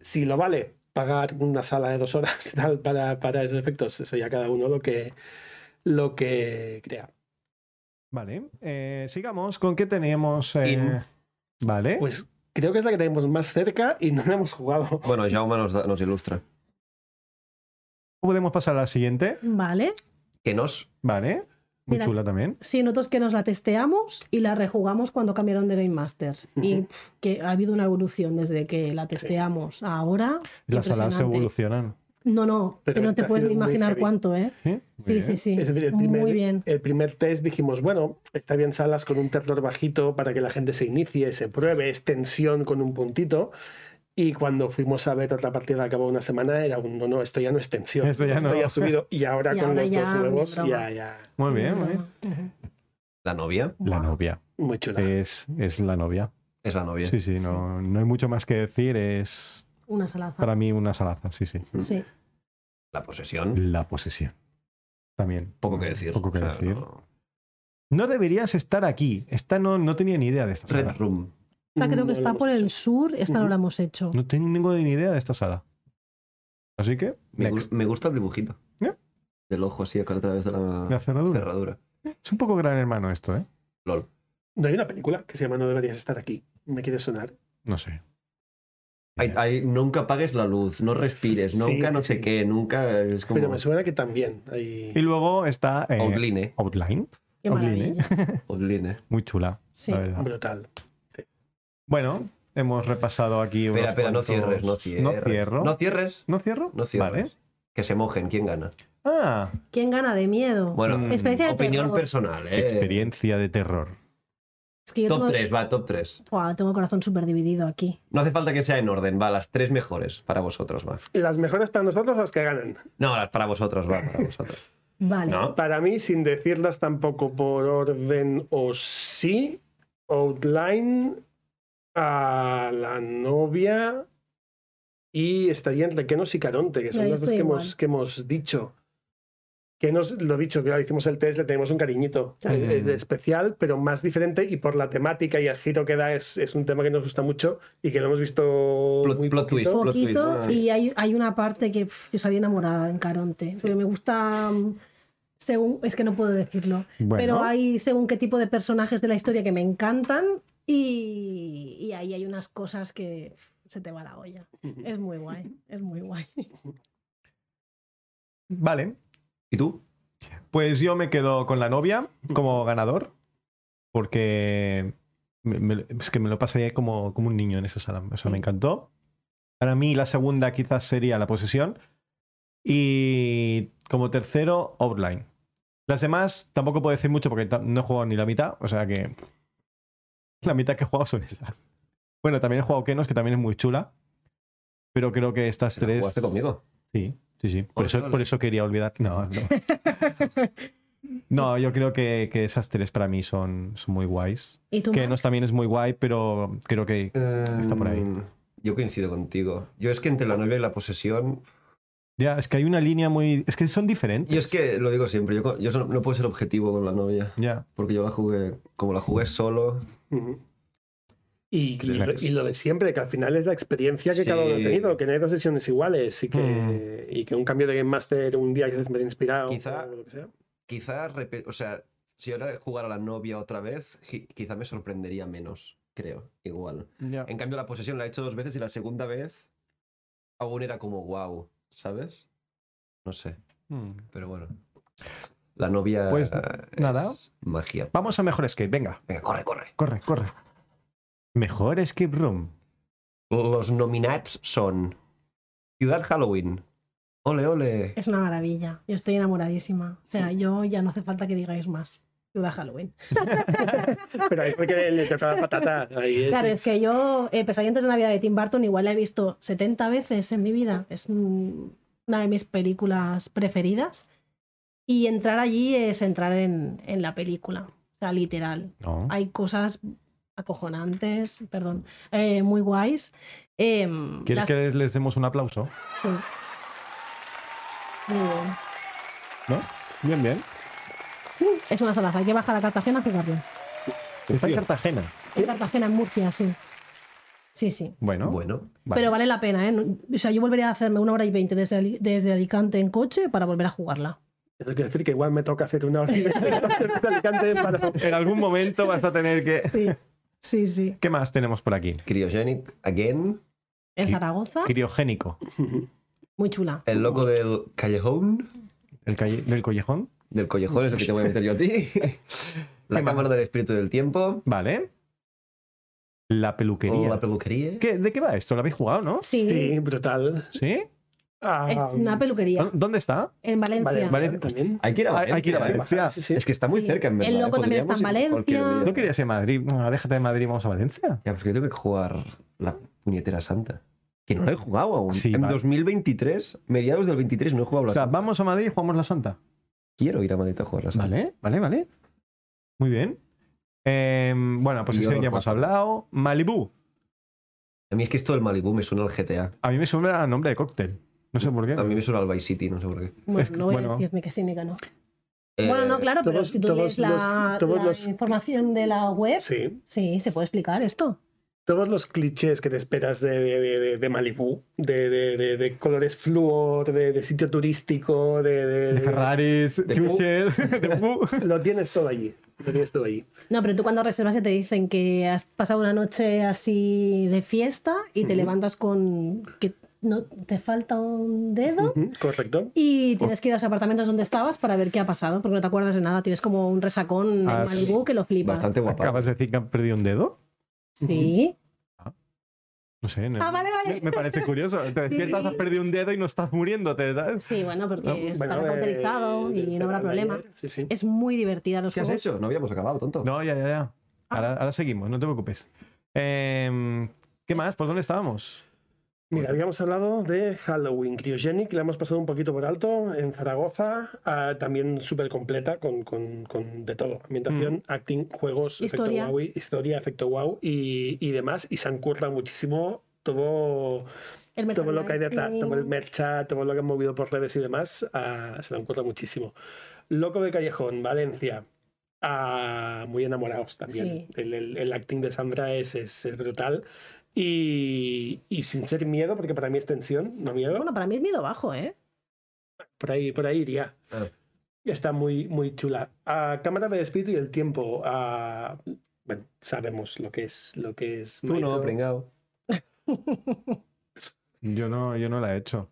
Speaker 5: Si lo vale pagar una sala de dos horas tal, para, para esos efectos, eso ya cada uno lo que, lo que crea.
Speaker 2: Vale. eh, sigamos con qué tenemos. eh,
Speaker 3: In.
Speaker 2: Vale.
Speaker 5: Pues creo que es la que tenemos más cerca y no la hemos jugado.
Speaker 3: Bueno, Jaume nos, da- nos ilustra.
Speaker 2: Podemos pasar a la siguiente.
Speaker 4: Vale.
Speaker 3: Que nos
Speaker 2: Vale. Muy
Speaker 4: Mira.
Speaker 2: chula también.
Speaker 4: Sí, nosotros que nos la testeamos y la rejugamos cuando cambiaron de Game Masters. Y
Speaker 5: Ujú.
Speaker 4: pf, que ha habido una evolución desde que la testeamos a ahora.
Speaker 2: Las alas
Speaker 4: Impresionante.
Speaker 2: evolucionan.
Speaker 4: No, no,
Speaker 5: Pero
Speaker 4: que no
Speaker 5: esta
Speaker 4: te
Speaker 5: ha
Speaker 4: puedes
Speaker 5: sido muy
Speaker 4: imaginar
Speaker 5: heavy.
Speaker 4: cuánto, ¿eh?
Speaker 2: Sí. Muy
Speaker 4: Sí,
Speaker 2: bien.
Speaker 4: sí, sí.
Speaker 5: Es decir, el primer,
Speaker 4: Muy bien.
Speaker 5: el primer test dijimos, bueno, está bien salas con un terror bajito para que la gente se inicie, se pruebe, es tensión con un puntito. Y cuando fuimos a ver otra partida acabó una semana, era un no, no, esto ya no es tensión.
Speaker 2: Esto ya no.
Speaker 5: ha subido. Y ahora
Speaker 4: Y
Speaker 5: con
Speaker 4: ahora
Speaker 5: los
Speaker 4: ya,
Speaker 5: dos nuevos,
Speaker 4: broma.
Speaker 5: ya, ya.
Speaker 2: Muy bien, muy bien.
Speaker 4: Ujú.
Speaker 3: La novia.
Speaker 2: La
Speaker 4: Guau.
Speaker 2: novia.
Speaker 5: Muy chula.
Speaker 2: Es, es la novia.
Speaker 3: Es la novia.
Speaker 2: Sí, sí, no, no hay mucho más que decir. Es
Speaker 4: Una salaza.
Speaker 2: para mí una salaza, sí, sí.
Speaker 4: Sí.
Speaker 3: La posesión.
Speaker 2: La posesión. También.
Speaker 3: Poco que decir.
Speaker 2: Poco que
Speaker 3: O sea,
Speaker 2: decir. No.
Speaker 3: no.
Speaker 2: deberías estar aquí. Esta no, no tenía ni idea de esta
Speaker 3: Red
Speaker 2: sala.
Speaker 3: Room.
Speaker 4: Esta creo
Speaker 5: No
Speaker 4: que
Speaker 5: lo
Speaker 4: está
Speaker 5: hemos
Speaker 4: por el
Speaker 5: hecho.
Speaker 4: sur, esta no
Speaker 5: Mm, Ujú. Mm,
Speaker 4: la hemos hecho.
Speaker 2: No tengo ni idea de esta sala. Así que,
Speaker 3: Me,
Speaker 2: next.
Speaker 3: gu- me gusta el dibujito.
Speaker 2: ¿Eh?
Speaker 3: Del ojo así a través de la
Speaker 2: La cerradura.
Speaker 3: cerradura.
Speaker 2: Es un poco gran hermano esto, ¿eh?
Speaker 3: LOL.
Speaker 5: No hay una película que se llama No deberías estar aquí. Me quiere sonar.
Speaker 2: No sé.
Speaker 3: Ay, ay, nunca apagues la luz, no respires,
Speaker 5: Sí,
Speaker 3: nunca
Speaker 5: sí,
Speaker 3: no
Speaker 5: sí.
Speaker 3: sé qué, nunca es como
Speaker 5: Pero me suena que también. Hay...
Speaker 2: Y luego está eh,
Speaker 3: Obline,
Speaker 2: Outline.
Speaker 4: Qué
Speaker 2: Oblin, ¿eh?
Speaker 4: maravilla.
Speaker 3: Obline.
Speaker 2: Muy chula,
Speaker 4: Sí.
Speaker 2: la verdad.
Speaker 5: Brutal.
Speaker 2: Bueno, hemos repasado aquí. unos
Speaker 3: Espera, espera, no
Speaker 2: cuantos-
Speaker 3: cierres, no cierres.
Speaker 2: No cierro.
Speaker 3: No cierres,
Speaker 2: ¿No cierro?
Speaker 3: no cierres.
Speaker 2: Vale.
Speaker 3: Que se mojen, ¿quién gana?
Speaker 2: Ah,
Speaker 4: ¿Quién gana de miedo?
Speaker 3: Bueno,
Speaker 2: Mm.
Speaker 4: Experiencia de
Speaker 3: opinión
Speaker 4: terror.
Speaker 3: personal, ¿eh?
Speaker 2: experiencia de terror.
Speaker 4: Es que yo
Speaker 3: Top
Speaker 4: tengo,
Speaker 3: 3, va, top 3.
Speaker 4: Buah, tengo el corazón súper dividido aquí.
Speaker 3: No hace falta que sea en orden, va, las tres mejores para vosotros, va.
Speaker 5: Las mejores para nosotros, las que ganan.
Speaker 3: No, las para vosotros, va, para vosotros.
Speaker 5: Mm.
Speaker 4: Vale.
Speaker 3: ¿No?
Speaker 5: Para mí, sin decirlas tampoco por orden o sí, Outline a la novia y estaría entre Kenos y Caronte, que
Speaker 4: Yo
Speaker 5: son
Speaker 4: ahí
Speaker 5: las dos
Speaker 4: estoy
Speaker 5: que
Speaker 4: igual.
Speaker 5: hemos, que hemos dicho. Kenos, lo dicho, claro, hicimos el test, le tenemos un cariñito
Speaker 4: Claro.
Speaker 5: eh, es especial, pero más diferente y por la temática y el giro que da es, es un tema que nos gusta mucho y que lo hemos visto
Speaker 3: Plot-
Speaker 5: muy
Speaker 3: plot twist.
Speaker 5: poquito.
Speaker 3: Plot twist,
Speaker 4: poquito
Speaker 3: ah.
Speaker 4: y hay, hay una parte que pf, yo salí enamorada en Caronte, porque me gusta mm, según es que no puedo decirlo,
Speaker 2: Bueno,
Speaker 4: pero hay según qué tipo de personajes de la historia que me encantan y, y ahí hay unas cosas que se te va la olla. Es muy guay, es muy guay.
Speaker 2: vale.
Speaker 3: ¿Y tú?
Speaker 2: Pues yo me quedo con la novia como ganador, porque me- me- es que me lo pasé como, como un niño en esa sala. Eso me encantó. Para mí la segunda quizás sería la posesión. Y como tercero, Outline. Las demás tampoco puedo decir mucho porque ta- no he jugado ni la mitad, o sea que la mitad que he jugado son esas. Bueno, también he jugado Kenos, que también es muy chula, pero creo que estas
Speaker 3: ¿Se la
Speaker 2: tres...
Speaker 3: ¿Jugaste conmigo?
Speaker 2: Sí, sí, sí. Por,
Speaker 3: Ole,
Speaker 2: eso,
Speaker 3: ole.
Speaker 2: por eso quería olvidar. No, no. No, yo creo que, que esas tres para mí son, son muy guays.
Speaker 4: ¿Y tú?
Speaker 2: Que
Speaker 4: Mar?
Speaker 2: nos también es muy guay, pero creo que. Está por ahí.
Speaker 3: Mm, Yo coincido contigo. Yo es que entre la novia y la posesión.
Speaker 2: Ya, es que hay una línea muy. Es que son diferentes.
Speaker 3: Yo es que lo digo siempre, yo, co- yo no- no puedo ser objetivo con la novia.
Speaker 2: Ya.
Speaker 3: Porque yo la jugué, como la jugué solo,
Speaker 5: Ujú. Y, y
Speaker 2: Relax.
Speaker 5: lo- y lo de siempre, que al final es la experiencia que cada uno ha
Speaker 3: Sí.
Speaker 5: tenido, que no hay dos sesiones iguales y que,
Speaker 2: Mm.
Speaker 5: y que un cambio de Game Master un día que estés más inspirado
Speaker 3: Quizá-
Speaker 5: o lo que sea.
Speaker 3: quizás, repe- o sea, si ahora jugara a la novia otra vez, ji- quizá me sorprendería menos, creo, igual.
Speaker 2: ya.
Speaker 3: En cambio, la posesión la he hecho dos veces y la segunda vez aún era como wow, ¿sabes? No sé,
Speaker 2: Mm.
Speaker 3: pero bueno. La novia
Speaker 2: Pues,
Speaker 3: es
Speaker 2: nada.
Speaker 3: magia.
Speaker 2: Vamos a mejor escape, venga.
Speaker 3: Venga, corre, corre.
Speaker 2: Corre, corre. Mejor escape room.
Speaker 3: Los nominats son Ciudad Halloween. Ole, ole.
Speaker 4: Es una maravilla. Yo estoy enamoradísima. O sea, yo ya no hace falta que digáis más. Duda Halloween.
Speaker 5: Pero ahí fue que le tocaba la patata. Ahí
Speaker 4: Claro, es que yo, eh, Pesadillas de Navidad de Tim Burton, igual la he visto 70 veces en mi vida. Es un- una de mis películas preferidas. Y entrar allí es entrar en, en la película. O sea, literal.
Speaker 2: No.
Speaker 4: Hay cosas acojonantes, perdón, eh, muy guays. Em,
Speaker 2: ¿Quieres
Speaker 4: las-
Speaker 2: que les- les demos un aplauso?
Speaker 4: Sí. Muy bien.
Speaker 2: ¿No? Bien, bien.
Speaker 4: Es una sala, hay que bajar a Cartagena a jugarlo.
Speaker 2: Está en Cartagena.
Speaker 4: En Cartagena, en Murcia, sí. Sí, sí.
Speaker 2: Bueno,
Speaker 3: Bueno,
Speaker 2: vale.
Speaker 4: Pero vale la pena, ¿eh? No- O sea, yo volvería a hacerme una hora y veinte desde, Ali- desde Alicante en coche para volver a jugarla.
Speaker 5: Eso quiere decir que igual me toca hacer una hora y media de Alicante para...
Speaker 2: En algún momento vas a tener que.
Speaker 4: Sí, sí, sí.
Speaker 2: ¿Qué más tenemos por aquí?
Speaker 3: Cryogenic Again,
Speaker 4: En
Speaker 2: Cri-
Speaker 4: Zaragoza,
Speaker 2: Criogénico.
Speaker 4: muy chula.
Speaker 3: El
Speaker 2: Uh.
Speaker 3: Loco del Callejón.
Speaker 2: ¿El, calle- del collejón?
Speaker 3: Del Collejón es el que te voy a meter yo a ti. La
Speaker 2: ¿Qué más?
Speaker 3: Cámara del Espíritu del Tiempo.
Speaker 2: Vale. La peluquería.
Speaker 3: Oh, La peluquería.
Speaker 2: ¿Qué- ¿De qué va esto? ¿Lo habéis jugado, no?
Speaker 4: Sí,
Speaker 5: Sí, brutal.
Speaker 2: ¿Sí?
Speaker 5: Ah,
Speaker 4: es una
Speaker 2: ¿Dó-
Speaker 4: peluquería
Speaker 2: ¿Dónde está?
Speaker 4: en Valencia.
Speaker 5: Vale, vale,
Speaker 2: Valencia.
Speaker 5: también.
Speaker 3: Hay que ir a
Speaker 2: Hay-
Speaker 3: Valencia.
Speaker 2: hay que ir a
Speaker 3: ¿eh?
Speaker 2: Valencia.
Speaker 5: Sí, sí.
Speaker 3: Es que está muy
Speaker 4: Sí.
Speaker 3: cerca, en
Speaker 4: El
Speaker 3: verdad. ¿eh?
Speaker 4: Loco también está en
Speaker 3: Podríamos ir
Speaker 4: Valencia.
Speaker 3: cualquier día.
Speaker 2: ¿No querías ir a Madrid? Ah, déjate de Madrid, vamos a Valencia.
Speaker 3: Ya, pues que tengo que jugar la puñetera santa. Que no la he jugado aún.
Speaker 2: Sí,
Speaker 3: en
Speaker 2: va.
Speaker 3: 2023, mediados del 23, no he jugado la
Speaker 2: O sea,
Speaker 3: santa.
Speaker 2: vamos a Madrid y jugamos la Santa.
Speaker 3: Quiero ir a Madrid a jugar la santa.
Speaker 2: Vale, vale, vale. Muy bien. Em, bueno, pues
Speaker 3: Y
Speaker 2: eso
Speaker 3: otro
Speaker 2: ya hemos
Speaker 3: cuatro.
Speaker 2: hablado. Malibú.
Speaker 3: A mí es que esto del Malibu me suena al GTA.
Speaker 2: A mí me suena a nombre de cóctel. No sé
Speaker 4: Eh.
Speaker 2: por qué.
Speaker 3: A mí me suena al Vice City, no sé por qué.
Speaker 4: Bueno,
Speaker 2: Es que-
Speaker 4: no voy
Speaker 2: bueno.
Speaker 4: a decir ni que sí ni que no.
Speaker 3: Eh,
Speaker 4: bueno, no, claro, pero
Speaker 5: todos-
Speaker 4: si tú
Speaker 5: todos
Speaker 4: lees la,
Speaker 5: los- todos
Speaker 4: la
Speaker 5: los-
Speaker 4: información de la web, sí.
Speaker 5: Sí,
Speaker 4: se puede explicar esto.
Speaker 5: todos los clichés que te esperas de, de, de- de- de Malibú, de, de, de- de colores fluor, de, de sitio turístico, de, de-
Speaker 2: De
Speaker 5: de-
Speaker 2: Ferraris, de
Speaker 3: Pu.
Speaker 2: de Pu.
Speaker 5: lo tienes todo allí. Lo tienes todo allí.
Speaker 4: No, pero tú cuando reservas ya te dicen que has pasado una noche así de fiesta y te levantas con que no te falta un dedo
Speaker 5: Ujú, Mm, Oh. Correcto.
Speaker 4: y tienes que ir a los apartamentos donde estabas para ver qué ha pasado, porque no te acuerdas de nada, tienes como un resacón
Speaker 2: Ah,
Speaker 4: en
Speaker 2: sí.
Speaker 4: Malibu que lo flipas.
Speaker 3: Bastante guapa.
Speaker 2: ¿Acabas de decir que han perdido un dedo?
Speaker 4: Sí.
Speaker 2: No sé. no-
Speaker 4: Ah, vale, vale.
Speaker 2: Me, me parece curioso. Te despiertas, has perdido un dedo y no estás muriéndote, ¿sabes?
Speaker 4: Sí, bueno, porque
Speaker 2: No, bueno,
Speaker 4: estará
Speaker 5: eh,
Speaker 4: cauterizado y no habrá
Speaker 5: ayer,
Speaker 4: problema.
Speaker 5: Sí, sí.
Speaker 4: Es muy divertida los
Speaker 3: ¿Qué has
Speaker 4: juegos.
Speaker 3: hecho? No habíamos acabado, tonto.
Speaker 2: No, ya, ya, ya.
Speaker 4: Ah.
Speaker 2: Ahora, ahora seguimos, no te preocupes. Em, ¿Qué más? ¿Por dónde estábamos?
Speaker 5: Mira, habíamos hablado de Halloween Cryogenic, la hemos pasado un poquito por alto en Zaragoza, ah, también súper completa con, con- con de todo: ambientación, acting, juegos,
Speaker 4: Mm. Historia.
Speaker 5: efecto wow, y- historia, efecto wow y, y demás. Y se han currado muchísimo todo,
Speaker 4: El
Speaker 5: todo lo que hay detrás,
Speaker 4: merchandising.
Speaker 5: todo el merchat, todo lo que han movido por redes y demás, ah, se lo encuentra muchísimo. Loco de Callejón, Valencia. Ah, muy enamorados también.
Speaker 4: Sí.
Speaker 5: El, el- el acting de Sandra es, es- es brutal. Y, y sin ser miedo, porque para mí es tensión, no miedo.
Speaker 4: Bueno, para mí es miedo bajo, ¿eh?
Speaker 5: Por ahí, por ahí iría.
Speaker 3: Ah.
Speaker 5: Y Está muy, muy chula. Ah, cámara del espíritu y el tiempo. ah, bueno, sabemos lo que es. Lo que es
Speaker 3: Tú no,
Speaker 5: Maito.
Speaker 3: pringao.
Speaker 2: Yo no, yo no la he hecho.